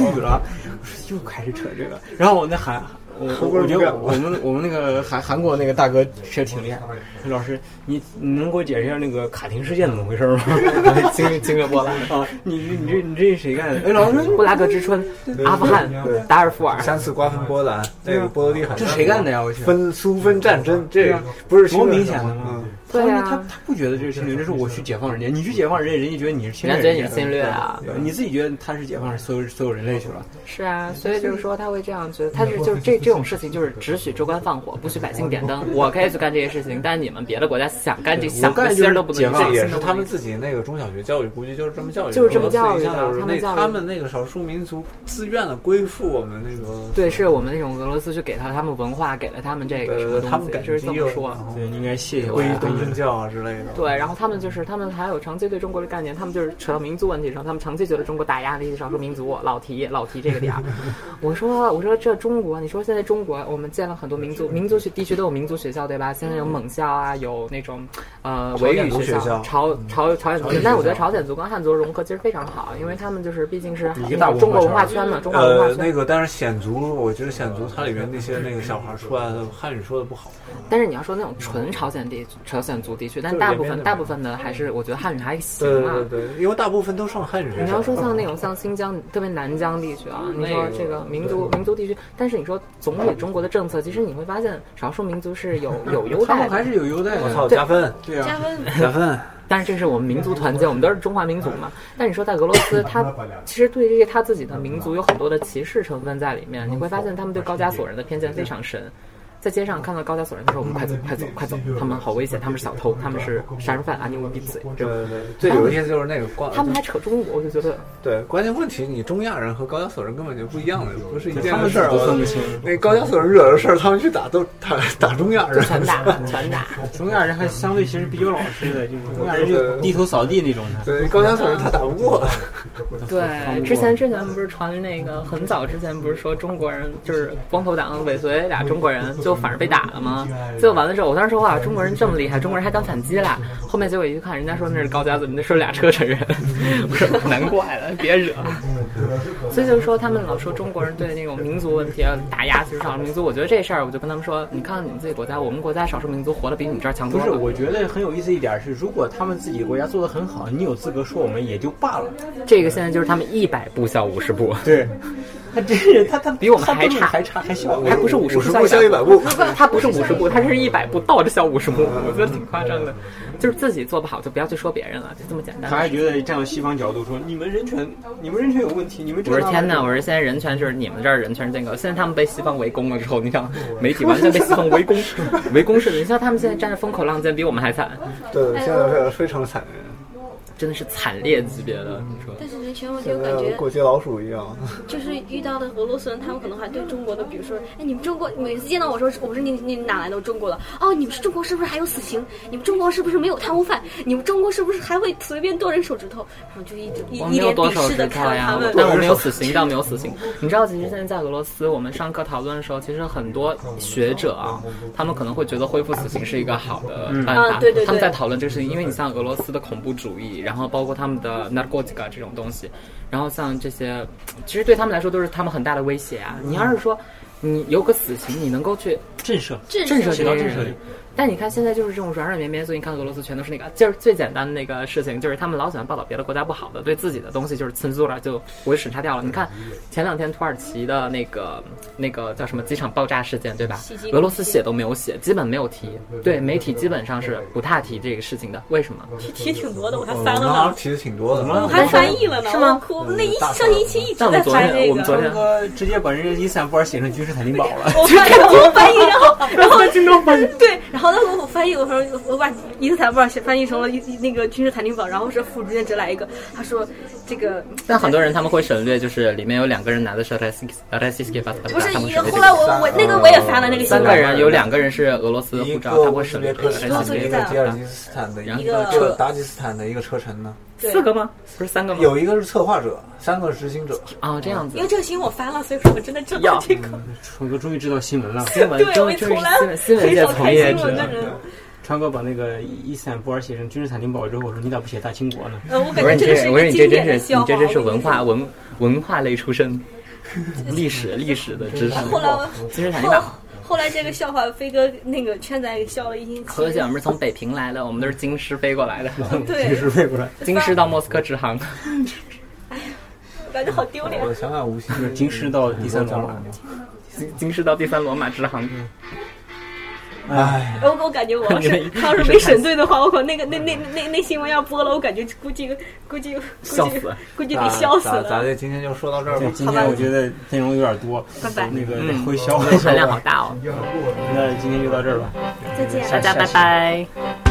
A: 我说又开始扯这个。然后我那韩，我我我觉得我们我们那个韩韩国那个大哥确实挺厉害。
C: 哎
A: 老师，你你能给我解释一下那个卡廷事件怎么回事吗？
C: 经经历波兰，嗯
A: 啊，你你这你这是谁干的？哎，老师说
C: 布拉格之春，阿富汗，达尔富尔，
D: 三次瓜分波
A: 嗯
D: 兰，那个波罗的海。
A: 这谁干的呀？我去，
D: 分苏芬战争，这个不是
A: 嗯多明显的吗
D: 嗯？
A: 他
C: 对啊
A: 他他不觉得这是侵略，这是我去解放人家，你去解放人家，人家觉得你是侵略，
C: 人家觉得你是侵略啊
A: 对你自己觉得他是解放所有所有人类去了。
C: 是啊，所以就是说他会这样觉得，他是就是这这种事情就是只许州官放火，不许百姓点灯。我可以去干这些事情，但你们别的国家想干这想
A: 我
C: 个
A: 干
C: 心
A: 就
C: 儿
A: 是
C: 都不
A: 解
C: 能
A: 放
D: 这
C: 动。
D: 也是他们自己那个中小学教育，估计就是这么教育的，
C: 就是这么教育的
D: 俄罗斯一向都是
C: 他们教育
D: 那他们那个少数民族自愿的归附我们那个，
C: 对，是我们那种俄罗斯去给他他们文化，给了他们这个什么
D: 呃，他
C: 东
D: 们
C: 西，
D: 感
C: 就是这
D: 激
C: 么
D: 又哦
C: 说。
A: 对，应该谢谢我
D: 皈
A: 呀
D: 依东正教啊之类的。
C: 对，然后他们就是他们还有长期对中国的概念，他们就是扯到民族问题上，他们长期觉得中国打压历史少数民族，老提老提这个点儿。我说我说这中国，你说现在中国我们建了很多民族民族学地区都有民族学校对吧？现在有蒙校啊，有那种呃维语
D: 族
C: 学
D: 学校嗯
C: 朝朝朝鲜族，但我觉得朝鲜族跟汉族融合其实非常好，因为他们就是毕竟是
A: 一个大文化
C: 中国文化
A: 圈
C: 圈嘛，中国文化
D: 呃，
C: 圈。
D: 那个，但是显族，我觉得显族它里面那些那个小孩出来的汉语说的不好，
C: 但是你要说那种纯朝鲜地朝鲜族地区，但
D: 就是
C: 大
D: 连
C: 部
D: 绵
C: 分
D: 的
C: 大
D: 嘛呃
C: 部分的还是我觉得汉语还行
D: 对
C: 啊
D: 对。对，因为大部分都上汉语学
C: 你要
D: 校。
C: 说像那种像新疆，特别南疆地区啊，你说这个民族民族地区，但是你说总体中国的政策，其实你会发现少数民族是 有有优
A: 他
C: 待
A: 们还
C: 的。
A: 是有优待的。
D: 我操，哦 加分
A: 对啊，
D: 加分，
C: 但是这是我们民族团结，我们都是中华民族嘛。但你说在俄罗斯，他其实对这些他自己的民族有很多的歧视成分在里面。你会发现他们对高加索人的偏见非常深。嗯嗯在街上看到高加索人，他说：“我们快走，快走，快走！他们好危险，他们是小偷，他们是杀人犯啊！你给我闭嘴！”这
D: 对
C: 种
D: 对对，最有意思就是那个光，
C: 他们还扯中国，我就觉得
D: 对，关键问题你中亚人和高加索人根本就不一样的，不是一件
A: 他们
D: 事儿。
A: 都分不清。
D: 那高加索人惹的事儿，他们去打都打 打中亚人，
C: 全打，全打。
A: 中亚人还相对其实比较老实的，就是中亚人就低头扫地那种的。
D: 对，高加索人他打不过。
C: 对，之前之前不是传那个很早之前不是说中国人就是光头党尾随俩中国人，就反而被打了吗？最后完了之后，我当时说哇，中国人这么厉害，中国人还敢反击啦！后面结果一去看，人家说那是高加索，人家说俩车臣人，我说难怪了，别惹。所以就是说，他们老说中国人对那种民族问题啊打压，就是少数民族。我觉得这事儿，我就跟他们说，你看看你们自己国家，我们国家少数民族活得比你们这儿强
A: 不
C: 多
A: 是，
C: 了。
A: 我觉得很有意思一点是，如果他们自己国家做的很好，你有资格说我们也就罢了。
C: 这个现在就是他们一百步笑五十步。
A: 对，
F: 他真是他他
C: 比我们
F: 他
C: 还
F: 步
C: 差
F: 还差还小，
C: 还不是五十哎
D: 步笑一百步，
C: 他不是五十步，他是一百步倒着笑五十步，我觉得挺夸张的。就是自己做不好，就不要去说别人了，就这么简单。
A: 他还觉得站到西方角度说你们人权，你们人权有问题，你们这
C: 我
A: 个
C: 说天哪！我说现在人权是你们这儿人权是这个，现在他们被西方围攻了之后，你想媒体完全被西方围攻，围攻是你像他们现在站在风口浪尖，比我们还惨，
D: 对，现在非常非常惨，
C: 真的是惨烈级别的。你说
B: 但是人权问题，
D: 现
B: 我感
D: 在
B: 觉
D: 呃过街老鼠一样。
B: 就是遇到的俄罗斯人，他们可能还对中国的，比如说，哎，你们中国每次见到我说，我说你你哪来的中国的？哦，你们是中国是不是还有死刑？你们中国是不是没有贪污犯？你们中国是不是还会随便剁人手指头？然后就一直一
C: 我
B: 一
C: 没有
B: 脸
C: 多
B: 鄙
C: 少
B: 视
C: 指
B: 的
C: 头
B: 看
C: 呀
B: 他，们。嗯
C: 但我没有死刑，但我没有死刑。你知道，其实现在在俄罗斯，我们上课讨论的时候，其实很多学者啊，他们可能会觉得恢复死刑是一个好的办法。
B: 啊对对对
C: 他们在讨论这个事情，因为你像俄罗斯的恐怖主义，然后包括他们的 n a r c o t i c 这种东西，然后像这些，其实对他们来说都是他们很大的威胁啊。你要是说你有个死刑，你能够去
F: 震慑，
B: 震
C: 震慑
B: 慑
C: 这些人。但你看现在就是这种软软绵绵，所以你看俄罗斯全都是那个，就是最简单的那个事情，就是他们老喜欢报道别的国家不好的，对自己的东西就是цензура 就我就审查掉了。你看前两天土耳其的那个那个叫什么机场爆炸事件，对吧
B: 袭击？
C: 俄罗斯写都没有写，基本没有提，对媒体基本上是不大提这个事情的。为什么？
B: 提挺多的，我还
E: 我
B: 翻
E: 们
B: 了
E: 当
B: 呢
E: 时，提的挺多的，
B: 我还翻译了呢，
C: 哦是吗
B: 我哭，那一上一期一直
C: 但我
B: 在
C: 们昨天
B: 翻这
C: 我们昨
B: 个。
C: 天
F: 那个直接把人家伊斯坦布尔写成君士坦丁堡了。
B: 我翻，我翻译，然后，然后京东翻译， 对，然后当时我翻译的时候，我把伊斯坦布尔翻译成了一一那个君士坦丁堡，然后是辅助间只来一个，他说这个
C: 但很多人他们会省略，就是里面有两个人拿的是 r a s i s r a s i s k
B: 不是
C: 他们
B: 一
C: 省
B: 个，后
C: 略这
B: 来
C: 个。嗯
B: 我我那个我也翻了那个新
C: 三个
B: 闻，
C: 人有两个人是俄罗斯护照，他会省略这个 r a
E: 一
C: s i
E: 个
C: s k
E: 一个吉尔吉斯斯坦的，一
B: 个
E: 车达吉斯坦的，一个车臣呢，
B: 对
C: 四个吗？不是三个吗？
E: 有一个是策划者，三个是执行者。
C: 啊、这样子
B: 因为。这个新闻我翻了，所以说我真的知道这个。
A: 川哥终于知道新 闻了。
C: 新闻
B: 对，
C: 终
B: 我
C: 于终于
B: 从来
C: 嗯新闻
B: 很
C: 新闻界
B: 少
C: 从
B: 看
C: 业
B: 新闻
C: 者嗯
B: 的，人，
A: 川哥把那个伊斯坦布尔写成君士坦丁堡之后，我说你咋不写大清国呢？
B: 呃，我
C: 我
B: 感
C: 说
B: 觉
C: 你
B: 这个是
C: 这，
B: 一
C: 我
B: 个
C: 说你这
B: 经
C: 真
B: 典的
C: 是
B: 笑
C: 你
B: 话。
C: 这真是文化
B: 我
C: 文文化类出身，历史历史的知识。
B: 跟你说。后来我
C: 其实坦丁
B: 后
C: 堡，
B: 后来这个笑话，飞哥那个圈仔给笑了一星期。
C: 可惜我们是从北平来的，我们都是京师飞过来的，
B: 对，
A: 背过来，
C: 京师到莫斯科直航。
B: 感觉好丢脸
E: 我。想想，无锡
A: 京师到第三罗马。
C: 京师到第三罗马直航，
E: 哎，
B: 我我感觉我要是他要是没审对的话，我可那个那那那那新闻要播了，我感觉估计估计
C: 笑
B: 估计
C: 死
B: 估计
E: 那
B: 得 笑死
E: 咱咱
B: 了。
E: 这今天就说到这儿吧。
A: 今天我觉得内容有点多，
B: 拜拜
A: 那个
C: 嗯
A: 得回消。
C: 含量好大哦！
A: 那今天就到这儿吧。
B: 再见。
C: 大家拜拜。